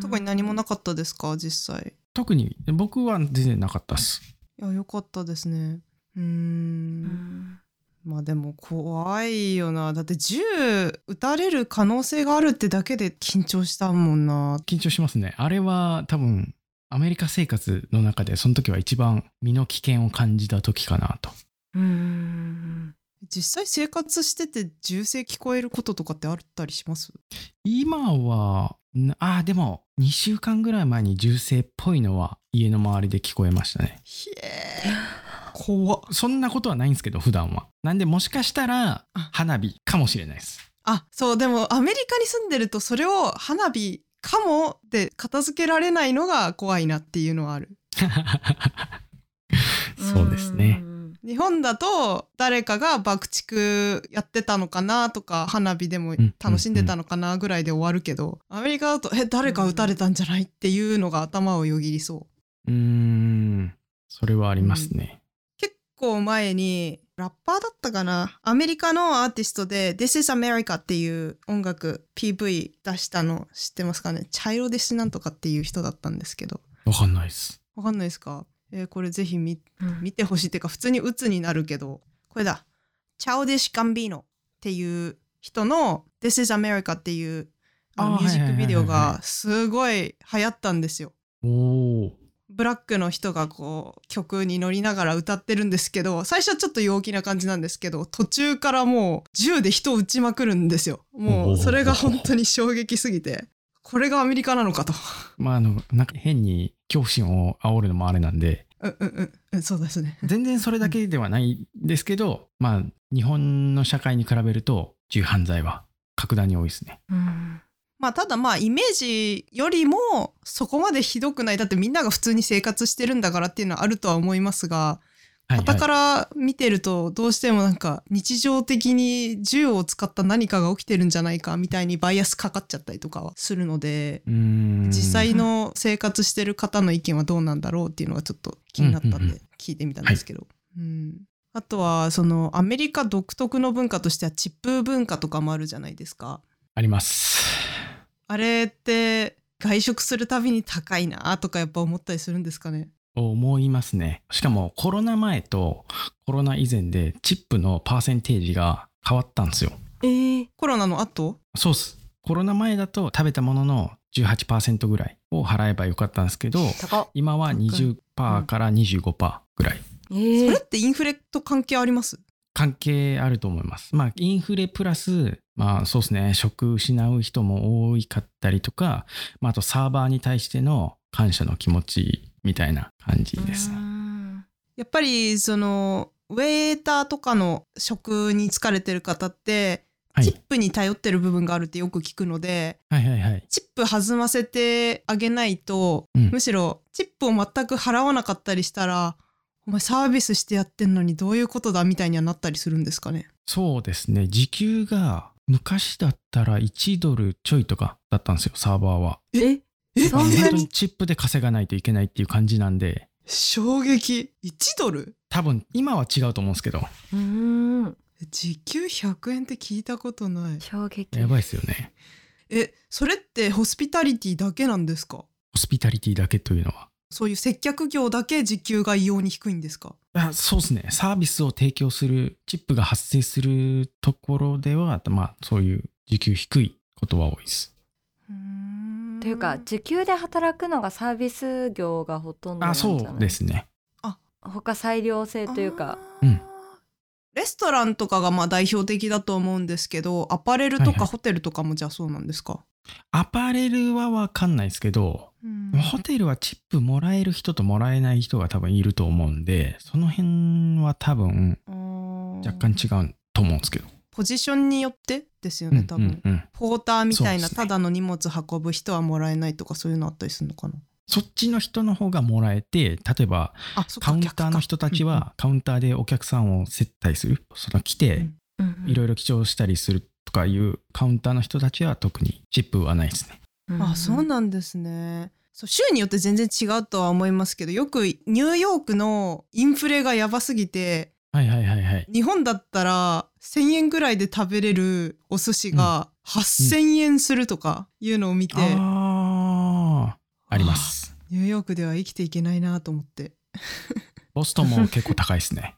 特に何も
な
なかったですか実際
特に僕は全然なかったっす
いや良かったですねうーんまあでも怖いよなだって銃撃たれる可能性があるってだけで緊張したもんな
緊張しますねあれは多分アメリカ生活の中でその時は一番身の危険を感じた時かなと
うん
実際生活してて銃声聞こえることとかってあったりします
今はなあーでも2週間ぐらい前に銃声っぽいのは家の周りで聞こえましたね
ひえ怖っ
そんなことはないんですけど普段はなんでもしかしたら
あ
花火かもしれないです
あそうでもアメリカに住んでるとそれを花火かもって片付けられないのが怖いなっていうのはある
そうですね。
日本だと誰かが爆竹やってたのかなとか花火でも
ん
楽しんでたのかなぐらいで終わるけど、アメリカだとえ誰か撃たれたんじゃないっていうのが頭をよぎりそう
うーんそれはありますね、
結構前にラッパーだったかなアメリカのアーティストで「This is America」っていう音楽 PV 出したの知ってますかね茶色でしなんとかっていう人だったんですけど
わかんないです
わかんないですか、えーこれぜひ見
うん
見てほしいっていうか普通に鬱になるけどこれだチャオディッシュ・ガンビーノっていう人の「This is America」っていうあの
あー
ミュージックビデオ
はいはいはい
がすごい流行ったんですよ。
おお
ブラックの人がこう曲に乗りながら歌ってるんですけど最初はちょっと陽気な感じなんですけど途中からもう銃で人を撃ちまくるんですよもうそれが本当に衝撃すぎてこれがアメリカなのかと
まああのなんか変に恐怖心を煽るのもあれなんで
うんうんうんうんそうですね
全然それだけではないですけど、まあ日本の社会に比べると銃犯罪は格段に多いですね。
うん
まあただまあイメージよりもそこまでひどくないだってみんなが普通に生活してるんだからっていうのはあるとは思いますが
はいはい
傍から見てるとどうしてもなんか日常的に銃を使った何かが起きてるんじゃないかみたいにバイアスかかっちゃったりとかはするので
うーん
実際の生活してる方の意見はどうなんだろうっていうのがちょっと気になったん
うんうんう
で聞いてみたんですけど。うんあとはそのアメリカ独特の文化としてはチップ文化とかもあるじゃないですか。
あります。
あれって外食するたびに高いなとかやっぱ思ったりするんですかね。
思いますね。しかもコロナ前とコロナ以前でチップのパーセンテージが変わったんですよ。
えー
コロナの後
そうっす。コロナ前だと食べたものの18%ぐらいを払えばよかったんですけど
高っ
今は20%から25%ぐらい
え
そ
ー
れってインフレと関係あります
関係あると思います。まあ、インフレプラス、まあ、そうですね、職失う人も多かったりとか、まあ、あとサーバーに対しての感謝の気持ちみたいな感じです
う
ね。
ん
やっぱりそのウェーターとかの職に疲れてる方って
は
チッ
い、
プに頼ってる部分があるってよく聞くので、
はい、はいはい。
チップ弾ませてあげないと、
うん
むしろチップを全く払わなかったりしたらお前サービスしてやってんのにどういうことだみたいにはなったりするんですかね。
そうですね、時給が昔だったら1ドルちょいとかだったんですよ、サーバーは。
え
え
そんなに
本当にチップで稼がないといけないっていう感じなんで、
衝撃1ドル
多分今は違うと思うんですけど、
うん
時給100円って聞いたことない
衝撃
やばいですよね。
えそれってホスピタリティだけなんですか
ホスピタリティだけというのは。
そういう接客業だけ時給が異様に低いんですか
あそうですねサービスを提供するチップが発生するところではまあそういう時給低いことは多いです
というか時給で働くのがサービス業がほとんどな
あ
んじゃな
そ
いう
ですね
他裁量制というか
あー
うん
レストランとかがまあ代表的だと思うんですけどアパレルと
はいは
か
い
ホテルとかもじゃあそうなんですか、
アパレルは分かんないですけど
うん
ホテルはチップもらえる人ともらえない人が多分いると思うんでその辺は多分
あー
若干違うと思うんですけど、
ポジションによってですよ
うん
ね多分、
うんうん
ポーターみたい
そ
な
うですね
ただの荷物運ぶ人はもらえないとかそういうのあったりするのかな
そっちの人の方がもらえて例えば
あそっか
カウンターの人たち
逆か
はカウンターでお客さんを接待するその来て、
うん
いろいろ記帳したりするとかいうカウンターの人たちは特にチップはないですね。
あそうなんですね。そう州によって全然違うとは思いますけどよくニューヨークのインフレがやばすぎて
はいはいはいはい。
日本だったら1,000円ぐらいで食べれるお寿司が8,000円するとかいうのを見て、
ああ、あります。
ニューヨークでは生きていけないなと思って。
ボストンも結構高いです ね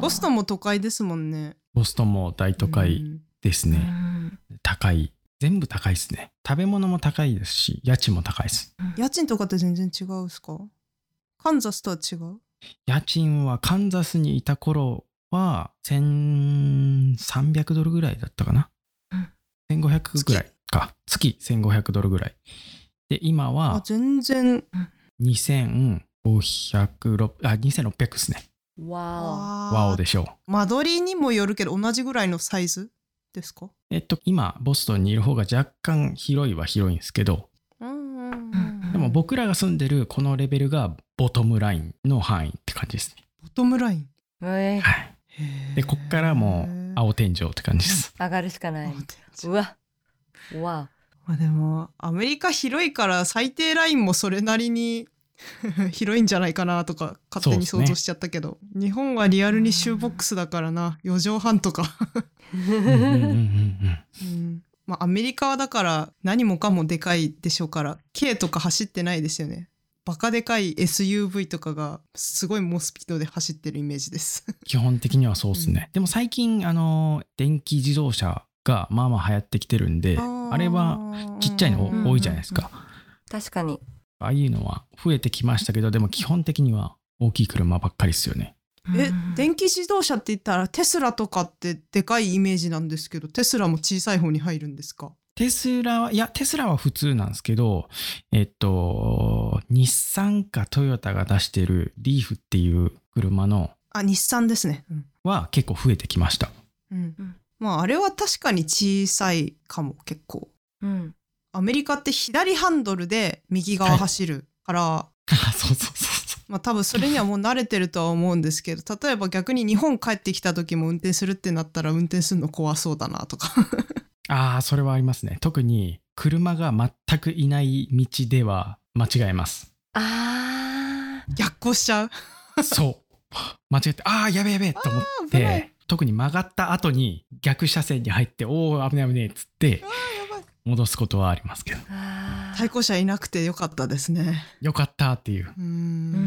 ボスト
ン
ンも都会ですもんね。
ボストンも大都
う
会
ん
ですね、高い全部高いですね食べ物も高いですし家賃も高いです
家賃とかって全然違うんすかカンザスとは違う
家賃はカンザスにいた頃は1300ドルぐらいだったかな1500ぐらいか月1500ドルぐらいで今
あ
は
全然。
2500あ2600ですね
わ
あー
ワオでしょう
間取りにもよるけど同じぐらいのサイズですか
えっと今ボストンにいる方が若干広いは広いんですけど
うんうんうん
うん
でも僕らが住んでるこのレベルがボトムラインの範囲って感じですね
ボトムライン。
おえ
はいでこっからもう青天井って感じです
上がるしかない
青
うわうわ
まあでもアメリカ広いから最低ラインもそれなりに 広いんじゃないかなとか勝手に
そう
想
です
像
ね
しちゃったけど、日本はリアルにシューボックスだからな4畳半とか、
うんうんうんうんうん
うん、まあアメリカはだから何もかもでかいでしょうから K とか走ってないですよねバカでかい SUV とかがすごいモスピードで走ってるイメージです、
基本的にはそうですね、でも最近あの電気自動車がまあまあ流行ってきてるんであれはちっちゃいの
うん
多いじゃないですか、
確かに
ああいうのは増えてきましたけどでも基本的には大きい車ばっかりですよね
え
うん
電気自動車って言ったらテスラとかってでかいイメージなんですけどテスラも小さい方に入るんですか
テスラはいやテスラは普通なんですけどえっと日産かトヨタが出してるリーフっていう車の
あ日産ですね、うん
は結構増えてきました
うん
うん
まああれは確かに小さいかも結構
うん
アメリカって左ハンドルで右側走るから、
あそうそうそうそう
まあ多分それにはもう慣れてるとは思うんですけど例 えば逆に日本帰ってきた時も運転するってなったら運転するの怖そうだなとか
ああそれはありますね特に車が全くいない道では間違え ます
あ
逆行しちゃう
そう。間違えて、ああ、やべえやべえと思っ
あー 危ない
て、特に曲がった後に逆車線に入って、おお、危ない危ねえっつって、戻すことはありますけど、
ーあー
対向車いなくてよかったですね
よかったっていう。
うー
うんうんうん
ん
う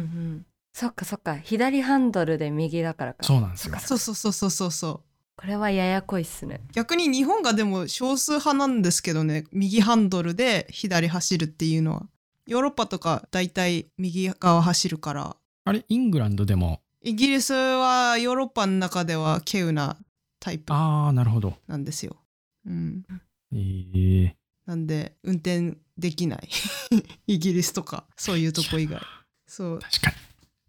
んそっかそっか左ハンドルで右だからか
そうなんですよ
そっかそっか
そうそうそうそうそうそう
これはややこいっすね
逆に日本がでも少数派なんですけどね右ハンドルで左走るっていうのはヨーロッパとかだいたい右側走るから
あれ、イングランドでも、
イギリスはヨーロッパの中では稀有なタイプ
ああ、なるほど。
なんですよ、うん、
えー
なんで運転できない イギリスとかそういうとこ以外そう
確かに。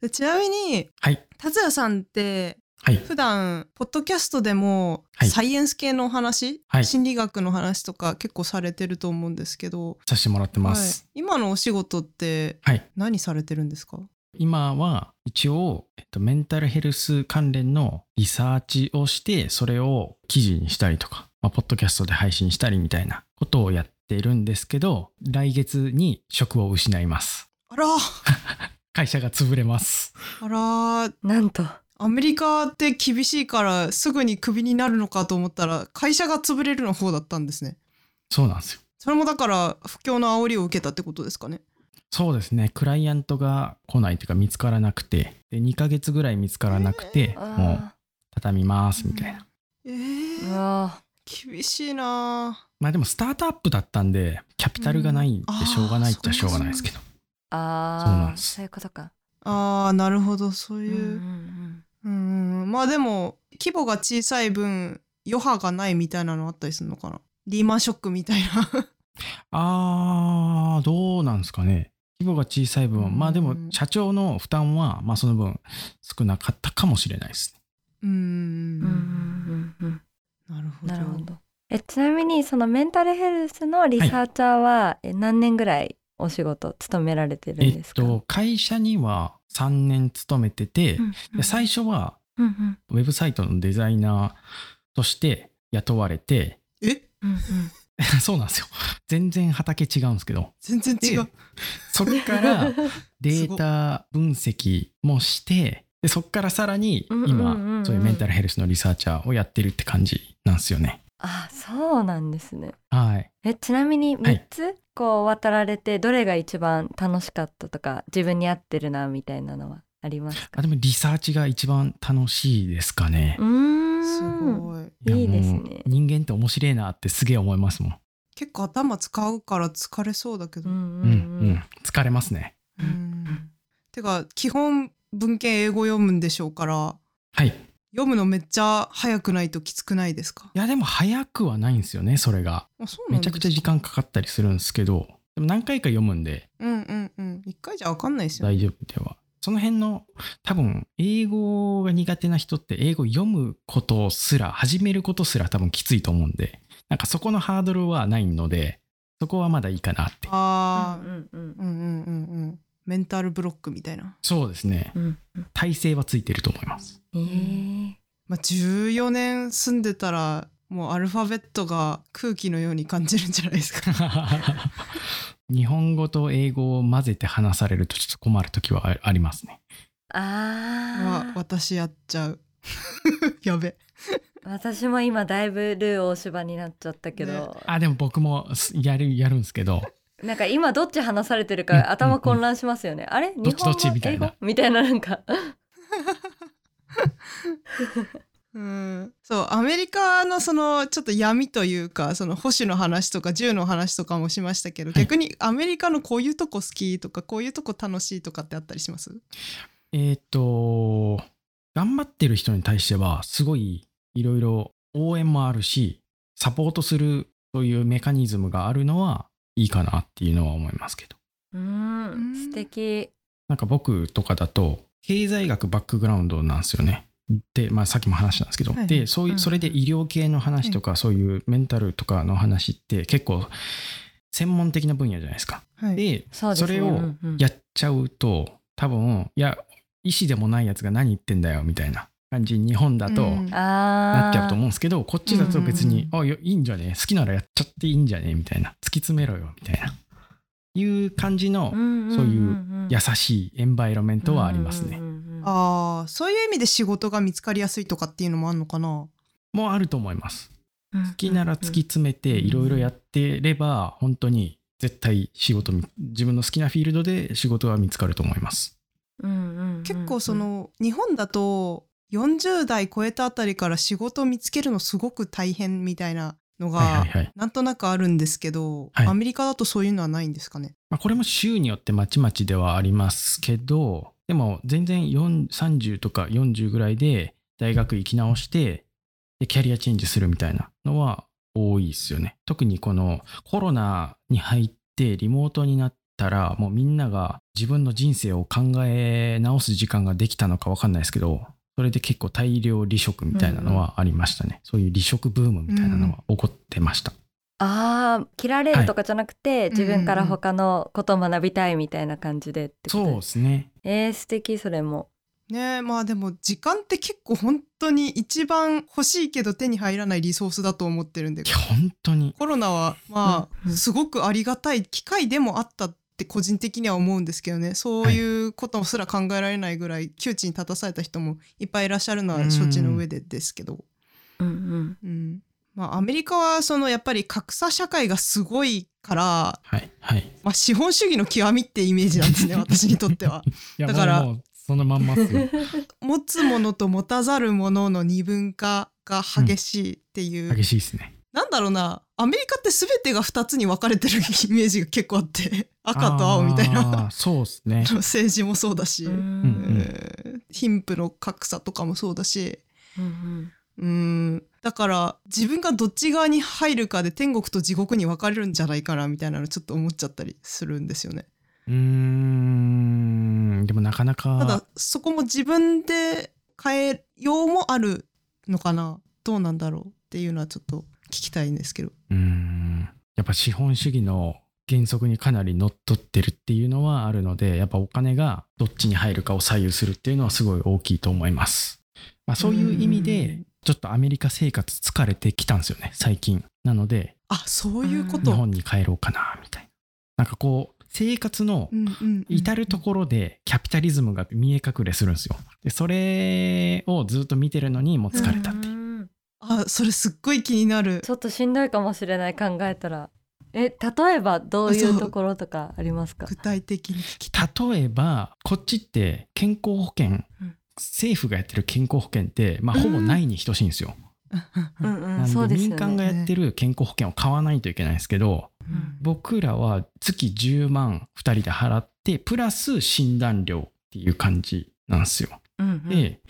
でちなみに
はい。
達也さんって
はい。
普段ポッドキャストでも
はい
サイエンス系のお話、
はい
心理学の話とか結構されてると思うんですけど、
させてもらってます。
はい、今のお仕事って
はい。
何されてるんですか
今は一応、えっと、メンタルヘルス関連のリサーチをしてそれを記事にしたりとか、まあ、ポッドキャストで配信したりみたいなことをやっているんですけど来月に職を失います
あら
会社が潰れます
あら
なんと
アメリカって厳しいからすぐにクビになるのかと思ったら会社が潰れるの方だったんですね
そうなんですよ
それもだから不況の煽りを受けたってことですかね
そうですねクライアントが来ないというか見つからなくてで2ヶ月ぐらい見つからなくて、もう
あ
畳みますみたいな
え
ー
ー
うわ
厳しいな
まあでもスタートアップだったんでキャピタルがない
う
ん
んあ
で
ー
しょうがないっちゃしょうがないですけど
ーあ
そうなん
ー
です
そういうことか
あーなるほどそう
うん
いうう、
ん
うん、まあでも規模が小さい分余波がないみたいなのあったりするのかなリーマンショックみたいな
あーどうなんですかね規模が小さい分はまあでも
うん
社長の負担はまあその分少なかったかもしれないですね
うん
うんうんうんうんうん
なるほど
なるほどえちなみにそのメンタルヘルスのリサーチャーは、え何年ぐらいお仕事務められてる
え
んで
っ
すか、
と会社には3年勤めてて、
うんうん
で最初は
うんうん
ウェブサイトのデザイナーとして雇われて
え
うんうん
そうなんですよ全然畑違うんですけど
全然違う
でそれからデータ分析もしてでそっからさらに今、
うんうんうんうん
そういうメンタルヘルスのリサーチャーをやってるって感じなんですよね
あそうなんですね
はい
えちなみに
はい
3つ、こう渡られてどれが一番楽しかったとか自分に合ってるなみたいなのはありますか
あでもリサーチが一番楽しいですかね
う。ーん
すごい。
や
いいですね
もう人間って面白いなってすげえ思いますもん。
結構頭使うから疲れそうだけど。
う
うん
う
うんん
う
うん
ん、疲れますね。
んてか基本文献英語読むんでしょうから
はい。い
読むのめっちゃ早くないときつくないですか
やでも早くはないんですよねそれが。
あそうな
め
ん
ち
です
ゃ
か
くちゃ時間かかったりするんですけどでも何回か読むんで
うんうんうん一回じゃ分かんないですよね
大丈夫では。その辺の多分英語が苦手な人って英語読むことすら始めることすら多分きついと思うんでなんかそこのハードルはないのでそこはまだいいかなって。
ああ
うんうん
うんうんうんうんメンタルブロックみたいな
そうですね
うんうん
体勢はついてると思います。
えー
まあ14年住んでたらもうアルファベットが空気のように感じるんじゃないです か
日本語と英語を混ぜて話されるとちょっと困る時はあありますね。
あ
は
あ
私やっちゃう やべ
私も今だいぶルー大芝になっちゃったけど、
ね
あでも僕もすやるやるんですけど
なんか今どっち話されてる
うんうんう
か
ん
頭混乱しますよね、あれ
どっ
日
ちど
本
っち
語
みた
英
い
語
な
みたいななんか
うんそうアメリカのそのちょっと闇というかその保守の話とか銃の話とかもしましたけど、
はい
逆にアメリカのこういうとこ好きとかこういうとこ楽しいとかってあったりします
えーっと頑張ってる人に対してはすごいいろいろ応援もあるしサポートするというメカニズムがあるのはいいかなっていうのは思いますけど
うー
うん
ん素敵
なんか僕とかだと経済学バックグラウンドなんですよね。で、まあ、さっきも話したんですけど、
はい
でそうい
うん
うそれで医療系の話とか、そういうメンタルとかの話って結構専門的な分野じゃないですか。
はい
で
そうです
そ
ね
れ
う
を
んうん
やっちゃうと多分いや医師でもないやつが何言ってんだよみたいな感じに日本だと。
うん
あー
なっちゃうと思うんですけどこっちだと別に
う
「あいやいいんじゃね好きならやっちゃっていいんじゃねみたいな突き詰めろよみたいないう感じの
んんんん
そういう優しいエンバイロメントはありますね
うん。うんうんうん
あーそういう意味で仕事が見つかりやすいとかっていうのもあるのかな
もうあると思います。
うん
好きなら突き詰めていろいろやってれば本当に絶対仕事み自分の好きなフィールドで仕事は見つかると思います。
うんうんうんうん
結構その日本だと40代超えたあたりから仕事を見つけるのすごく大変みたいなの
はいは
が
いはい。
なんとなくあるんですけど、
はい
アメリカだとそういうのはないんですかね
まあ、これも州によってまちまちではありますけどでも全然4 30とか40ぐらいで大学行き直してでキャリアチェンジするみたいなのは多いですよね特にこのコロナに入ってリモートになったらもうみんなが自分の人生を考え直す時間ができたのか分かんないですけどそれで結構大量離職みたいなのはありましたね、そういう離職ブームみたいなのは起こってました、
ああ切られるとかじゃなくて、
い
自分から他のことを学びたいみたいな感じでってこと
そう
で
ですすね
えー、素敵それも
ねえまあでも時間って結構本当に一番欲しいけど手に入らないリソースだと思ってるんで
いや本当に
コロナはま
うんう
あ
ん
すごくありがたい機会でもあったって個人的には思うんですけどねそういうことすら考えられないぐらい窮地に立たされた人もいっぱいいらっしゃるのは承知の上でですけど、
うんうん
うんまあ、アメリカはそのやっぱり格差社会がすごいから、
はいはい
まあ、資本主義の極みってイメージなんですね私にとっては。
いや
だから
もうもうそのまんまっす よ
持つものと持たざるものの二分化が激しいっていう、
激しいですね
なんだろうなアメリカって全てが2つに分かれてるイメージが結構あって赤と青みたい
あー
な
そうですね
政治もそうだし、
う
うんん貧富の格差とかもそうだし
うん
うんだから自分がどっち側に入るかで天国と地獄に分かれるんじゃないかなみたいなのちょっと思っちゃったりするんですよね。
うーんでもなかな
ただ
か
そこも自分で変えようもあるのかなどうなんだろうっていうのはちょっと聞きたいんですけど。
うーんやっぱ資本主義の原則にかなりのっとってるっていうのはあるのでやっぱお金がどっちに入るかを左右するっていうのはすごい大きいと思います、まあ、そういう意味
う
で
ん
ちょっとアメリカ生活疲れてきたんですよね最近なので
あそういうこ
日
と。
本に帰ろうかなみたいななんかこう生活の
うんうんうん
至る所でキャピタリズムが見え隠れするんですよ。でそれをずっと見てるのにもう疲れたっていう。
うん
あそれすっごい気になる
ちょっとしんどいかもしれない考えたらえ例えばどういうところとかありますか
具体的に聞きたい。
例えばこっちって健康保険、
うん
政府がやってる健康保険って、まあ、ほぼないに等しいんですよ。
うん
な
うんそうん
で
ですよ
民
ね
間がやってる健康保険を買わないといけないんですけど
うん
僕らは月10万2人で払ってプラス診断料っていう感じなんですよ。
うんうん
で、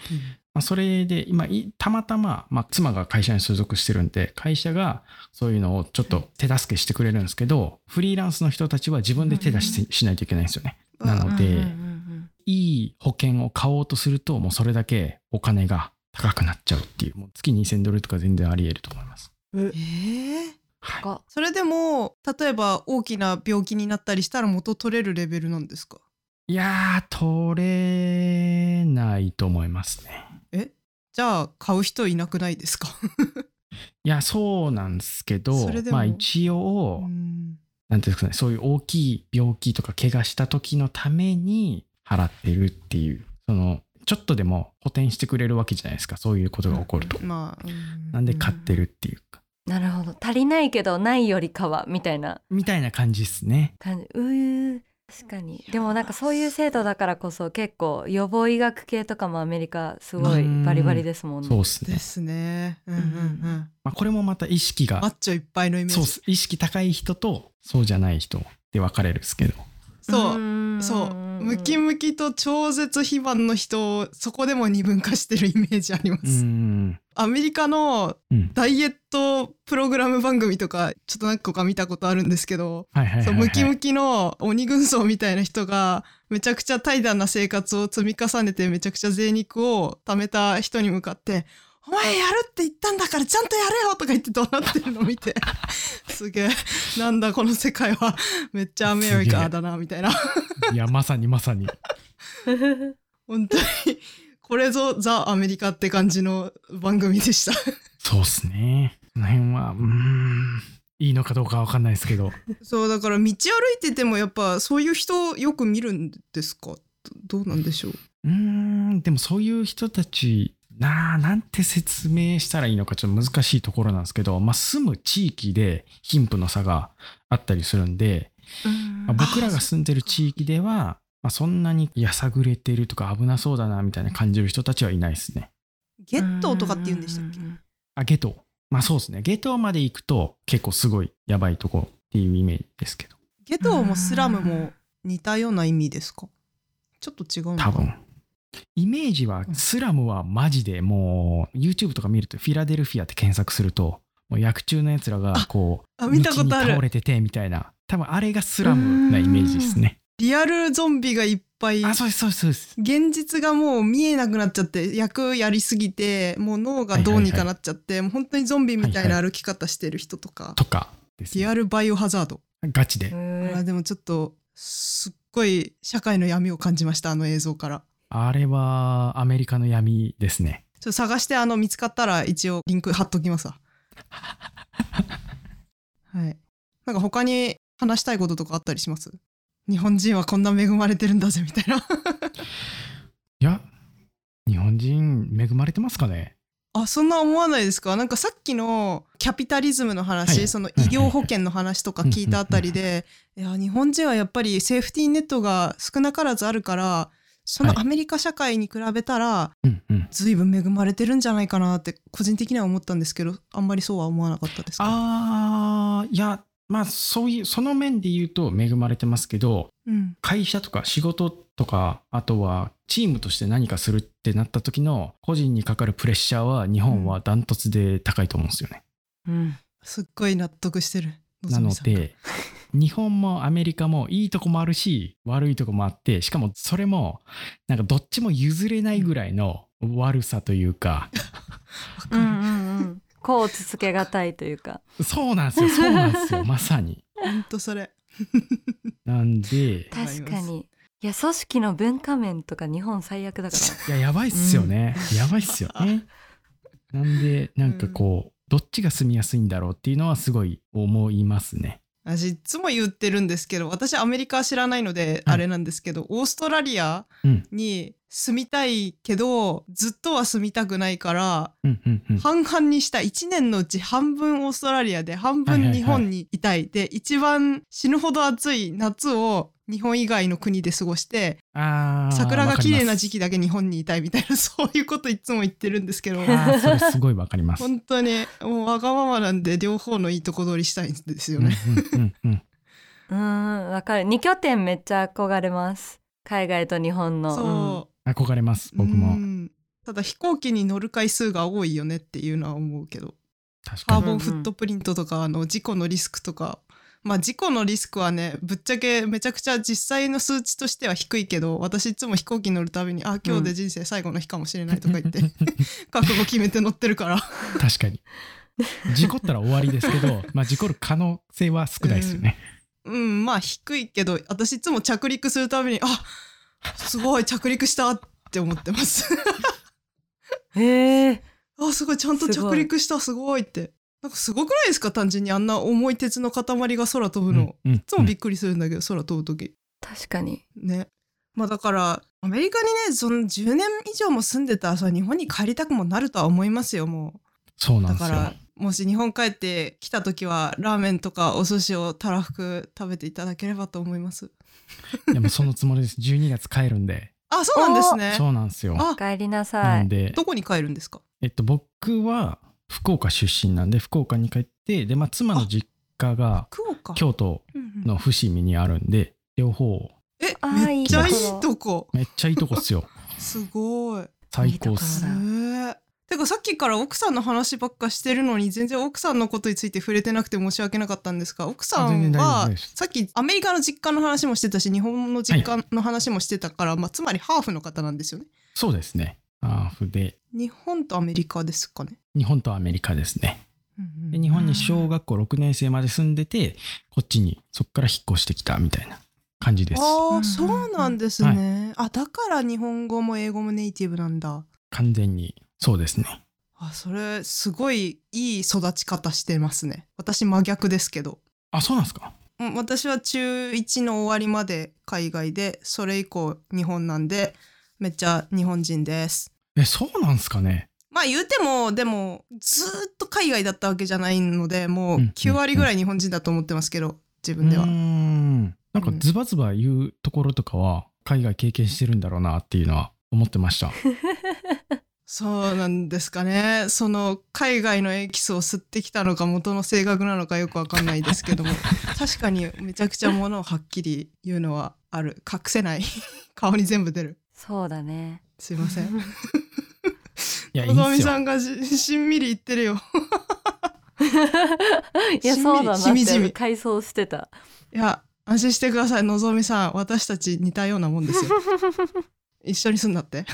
まあ、それで今いたまたま、まあ、妻が会社に所属してるんで会社がそういうのをちょっと手助けしてくれるんですけどフリーランスの人たちは自分で手出ししないといけないんですよね。
うん
なので
うんうんうん
いい保険を買おうとするともうそれだけお金が高くなっちゃうっていうもう月2,000ドルとか全然あり得ると思います。
うんえ
えー
はい
が
それでも例えば大きな病気になったりしたら元取れるレベルなんですか
いやー、取れないと思いますね。
じゃあ買う人いなくないですか
いや、そうなんですけど
それ、でも
まあ一応、
うん
なんていうんですかね、そういう大きい病気とか怪我した時のために払ってるっていう、その、ちょっとでも補填してくれるわけじゃないですか、そういうことが起こると。
まあ、うん
なんで買ってるっていうか、
なるほど足りないけどないよりかはみたいな
みたいな感じですね。
感じうー確かにでもなんかそういう制度だからこそ結構予防医学系とかもアメリカすごいバリバリですもんね
そうです
で
ね。
すね。うんうんうん。
まあ、これもまた意識
マ
が、
ッチョいっぱいのイメージ。
そうっす意識高い人とそうじゃない人で分かれるんですけど。
そう。
ーん
そうムキムキと超絶肥満の人をそこでも二分化してるイメージありま
う
す、
ーん。
アメリカの
うん。
ダイエットプログラム番組とかちょっと何個か見たことあるんですけど、
はいはいはい、はい。
そうムキムキの鬼軍曹みたいな人がめちゃくちゃ怠惰な生活を積み重ねてめちゃくちゃ贅肉を貯めた人に向か って「お前やるって言ったんだからちゃんとやれよ!」とか言って怒鳴ってるのを見 てすげえなんだこの世界はめっちゃアメリカだなみたい ない
や、まさにまさに。
本当にこれぞザ・アメリカって感じの番組でした
そうっすね。この辺は、うーん、いいのかどうかわかんないですけど。
そうだから道歩いててもやっぱそういう人よく見るんですかどどうなんでしょう
うーん、でもそういう人たち、なあ、なんて説明したらいいのかちょっと難しいところなんですけど、まあ、住む地域で貧富の差があったりするんで、まあ僕らが住んでる地域では、まあ、そんなにやさぐれてるとか危なそうだなみたいな感じる人たちはいないですね。
ゲットーとかって言うんでしたっけ
あ、ゲト。まあそうですね。ゲトまで行くと結構すごいやばいとこっていうイメージですけど、
ゲトーもスラムも似たような意味ですかちょっと違うのか
多分。イメージは、スラムはマジでもう、YouTube とか見ると、フィラデルフィアって検索すると、もう薬中のやつらがこう、
あ見たことある
道に倒れててみたいな、多分あれがスラムなイメージですね。
リアルゾンビがいっぱい
あ、そうです、そうです、そうです。
現実がもう見えなくなっちゃって役やりすぎてもう脳がどうにかなっちゃって、もう本当にゾンビみたいな歩き方してる人とか、
とかです、
リア
ね。
ルバイオハザード、
ガチで。
あでもちょっとすっごい社会の闇を感じましたあの映像から
あれは、アメリカの闇ですね。
ちょっと探してあの見つかったら一応リンク貼っときます わはいなんか他に話したいこととかあったりします日本人はこんな恵まれてるんだぜみたいな
いや、日本人恵まれてますかね
あそんな思わないですかなんかさっきのキャピタリズムの話、
はい
その医療保険の話とか聞いたあたりでいや日本人はやっぱりセーフティーネットが少なからずあるからそ
は
の
い
アメリカ社会に比べたら、
うんうん。
随分恵まれてるんじゃないかなって個人的には思ったんですけどあんまりそうは思わなかったですか
あー、いや、まあそういう、その面で言うと恵まれてますけど、
うん
会社とか仕事とかあとはチームとして何かするってなった時の個人にかかるプレッシャーは日本はダントツで高いと思うんですよね。
すっごい納得してるの
な
ぞ
の
みさんが
で日本もアメリカもいいとこもあるし悪いとこもあってしかもそれもなんかどっちも譲れないぐらいの悪さという か
うんうんうんこう続けがたいというか
そうなんですよそうなんですよまさに。
ほんとそれ
なんで
わかります
確かにいや組織の文化面とか日本最悪だか
いややばいっすよね、やばいっすよね。なんでなんかこう、どっちが住みやすいんだろうっていうのはすごい思いますね。
私いつも言ってるんですけど私アメリカ知らないので
はい
あれなんですけど、オーストラリア
うん
に住みたいけどずっとは住みたくないから
うんうんうん
半々にした1年のうち半分オーストラリアで半
はいはい
分
はい
日本にいたい,、で一番死ぬほど暑い夏を日本以外の国で過ごして
あー
桜が綺麗な時
期
期だけ日本にいたいみたいな そういうこといつも言ってるんですけど
あーそれすごいわかります。
本当にもうわがままなんで両方のいいとこ取りしたいんですよ
うん
ね。
うんうんうん
うーんわかる二拠点めっちゃ憧れます海外と日本の
そう
憧れます僕
う
も
んただ飛行機に乗る回数が多いよねっていうのは思うけど
確か
カー
に
ボンフットプリントとかあの事故のリスクとかまあ事故のリスクはねぶっちゃけめちゃくちゃ実際の数値としては低いけど私いつも飛行機乗るたびにあ今日で人生最後の日かもしれないとか言って、覚悟決めて乗ってるから
確かに事故ったら終わりですけ どまあ事故る可能性は少ないですよね。
うんまあ低いけど私いつも着陸するたびにあすごい着陸したって思ってます
うんへえ
あすごいちゃんと
すご
着
い
陸したすごいってなんかすごくないですか単純にあんな重い鉄の塊が空飛ぶの、い
うんうん
つもびっくりするんだけど空飛ぶ時
確かに
ね。まあだからアメリカにねその10年以上も住んでたらさ日本に帰りたくもなるとは思いますよも
そう
う
な
だ
んで
か
すよ。
らもし日本帰ってきた時はラーメンとかお寿司をたらふく食べていただければと思います
でもそのつもりです。12月帰るんで。
あそうなんです
そ
ね
うなんですよ。
あ
お帰りな
な
さ
ん
い
で、
どこに帰るんですか
えっと、僕は福岡出身なんで福岡に帰ってで、まあ、妻の実家が
福岡
京都
うんうん
の伏見にあるんで両方
え
あー
めっちゃい
いいとこ
いとこ
めっちゃいいとこっ すよ
すごいへ
最高っす。
そうだ
えてかさっきから奥さんの話ばっかしてるのに全然奥さんのことについて触れてなくて申し訳なかったんですが奥さ
あ全
ん
然大丈夫
は
です
さっきアメリカの実家の話もしてたし日本の実家の話もしてたから、まあ、つまりハーフの方なんですよね。
そうですね。ハーフで
日本とアメリカですかね。
日本とアメリカですね。
うんう
で
ん
日本に小学校6年生まで住んでてこっちにそっから引っ越してきたみたいな感じです。
あ
う
あ
ん
そうなんですね。あだから日本語も英語もネイティブなんだ。
完全にそうですね。
あそれすごいいい育ち方してますね。私真逆ですけど。
あそうなんですか。
うん私は中1の終わりまで海外でそれ以降日本なんでめっちゃ日本人です。
えそうなんですかね。
まあ言うてもでもずーっと海外だったわけじゃないのでもう
うんうん
9割ぐらい日本人だと思ってますけど自分では
うー。んなんかズバズバ言うところとかは海外経験してるんだろうなっていうのは思って ました。
そうなんですかねその海外のエキスを吸ってきたのか元の性格なのかよくわかんないですけ ども確かにめちゃくちゃものをはっきり言うのはある隠せない顔に全部出る
そうだね
すいません
いやいい
小
っ
み
すよ
さ。んがししんみり言ってるよ
いや
しんみり
そうだな
しみ
っ
じみ
て回想してた
いや安心してくださいのぞみさん私たち似たようなもんです よ一緒に住んだって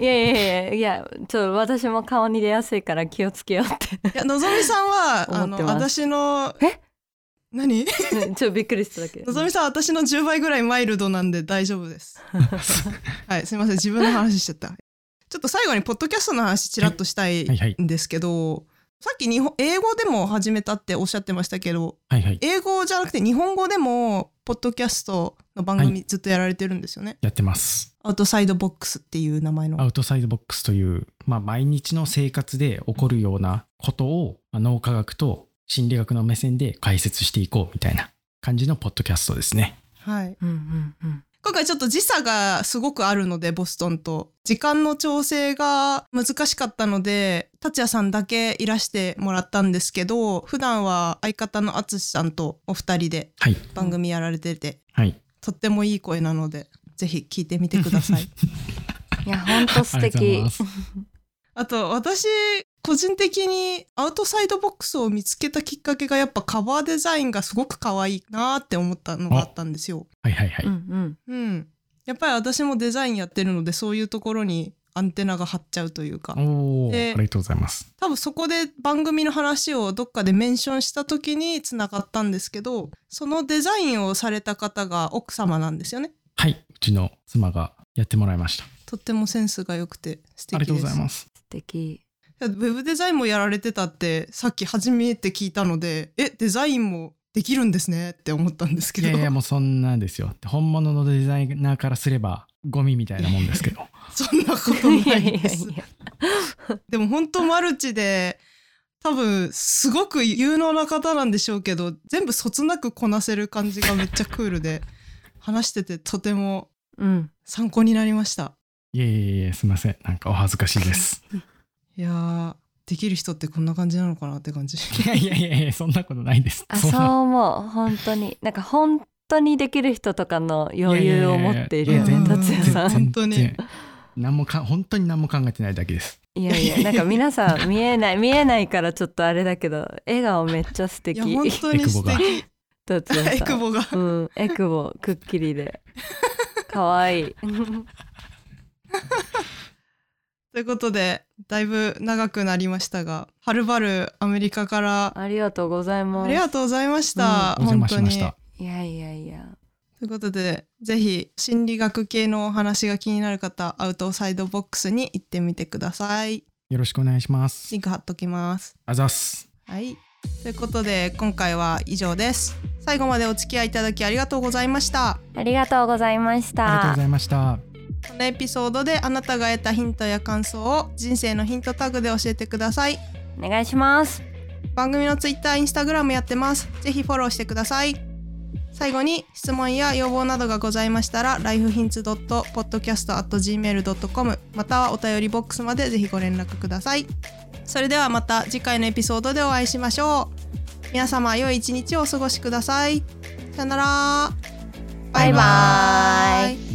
いやいやいやいやちょっと私も顔に出やすいから気をつけようっ
いやのぞみさんはあの
思ってます
私の
え
何
てちょっとびっくりしただけ
のぞみさんは私の10倍ぐらいマイルドなんで大丈夫です はいすいません自分の話しちゃったちょっと最後にポッドキャストの話ちらっとしたい
はいはい
んですけど、さっき日本英語でも始めたっておっしゃってましたけど
はいはい
英語じゃなくて日本語でもポッドキャストの番
は
組ずっとやられてるんですよね、
やってます。
アウトサイドボックスっていう名前の
アウトサイドボックスという、まあ、毎日の生活で起こるようなことを、まあ脳科学と心理学の目線で解説していこうみたいな感じのポッドキャストですね。
はい
うんうんうん
今回ちょっと時差がすごくあるのでボストンと時間の調整が難しかったので達也さんだけいらしてもらったんですけど普段は相方の淳さんとお二人で
はい。
番組やられてて、
はい。
とってもいい声なのでぜひ聞いてみてください
いやほんと素
あり
敵
がとうございます
あと私個人的にアウトサイドボックスを見つけたきっかけがやっぱカバーデザインがすごく可愛いなーって思ったのがあったんですよ
はいはいはい。
うんうん
うん、やっぱり私もデザインやってるのでそういうところにアンテナが張っちゃうというか
おお、あ
で
りがとうございます。
多分そこで番組の話をどっかでメンションした時につながったんですけどそのデザインをされた方が奥様なんですよね
はい。うちの妻がやってもらいました。
とってもセンスが良くて素
あり
敵
がと
で
うござい
す
ます。
素敵
やウェブデザインもやられてたってさっき初めて聞いたのでえデザインもできるんですねって思ったんですけ
い
ど
やいやもうそんなんですよ本物のデザイナーからすればゴミみたいなもんですけど
そんなことない
い
で
や
す
いや
でも本当マルチで多分すごく有能な方なんでしょうけど全部そつなくこなせる感じがめっちゃクールで話しててとても
うん
参考になりました
いやいやいやすいませんなんかお恥ずかしいです
いやーできる人ってこんな感じなのかなって感じ
いやいやいやいやそんなことないです
あ
そん
そう
な
思う本当になんか本当にできる人とかの余裕を持っているよ
いや
ね
いやいや
達也さん
本当に
全然何もか本当に何も考えてないだけです
いやいやなんか皆さん見えない見えないからちょっとあれだけど笑顔めっちゃ 素
い
敵
や本当に素敵
達 也
エ
さ
ク
ん
ボが
うんエクボくっき りで可愛い
ということでだいぶ長くなりましたがはるばるアメリカから
ありがとうございま
あ
す
りがとうございました、
お邪魔
本
し
当
ま
に
した
いやいやいや
ということでぜひ心理学系のお話が気になる方アウトサイドボックスに行ってみてください
よろしくお願いします
リンク貼っときます
あざっす
はいということで今回は以上です最後までお付き合いいただきありがとうございました
ありがとうございまし
ありがとう
た
ございました
このエピソードであなたが得たヒントや感想を人生のヒントタグで教えてください
お願いします
番組のツイッター、インスタグラムやってます。ぜひフォローしてください。最後に質問や要望などがございましたら lifehints.podcast.gmail.com またはお便りボックスまでぜひご連絡ください。それではまた次回のエピソードでお会いしましょう。皆様良い一日をお過ごしください。さよなら。
バイバイ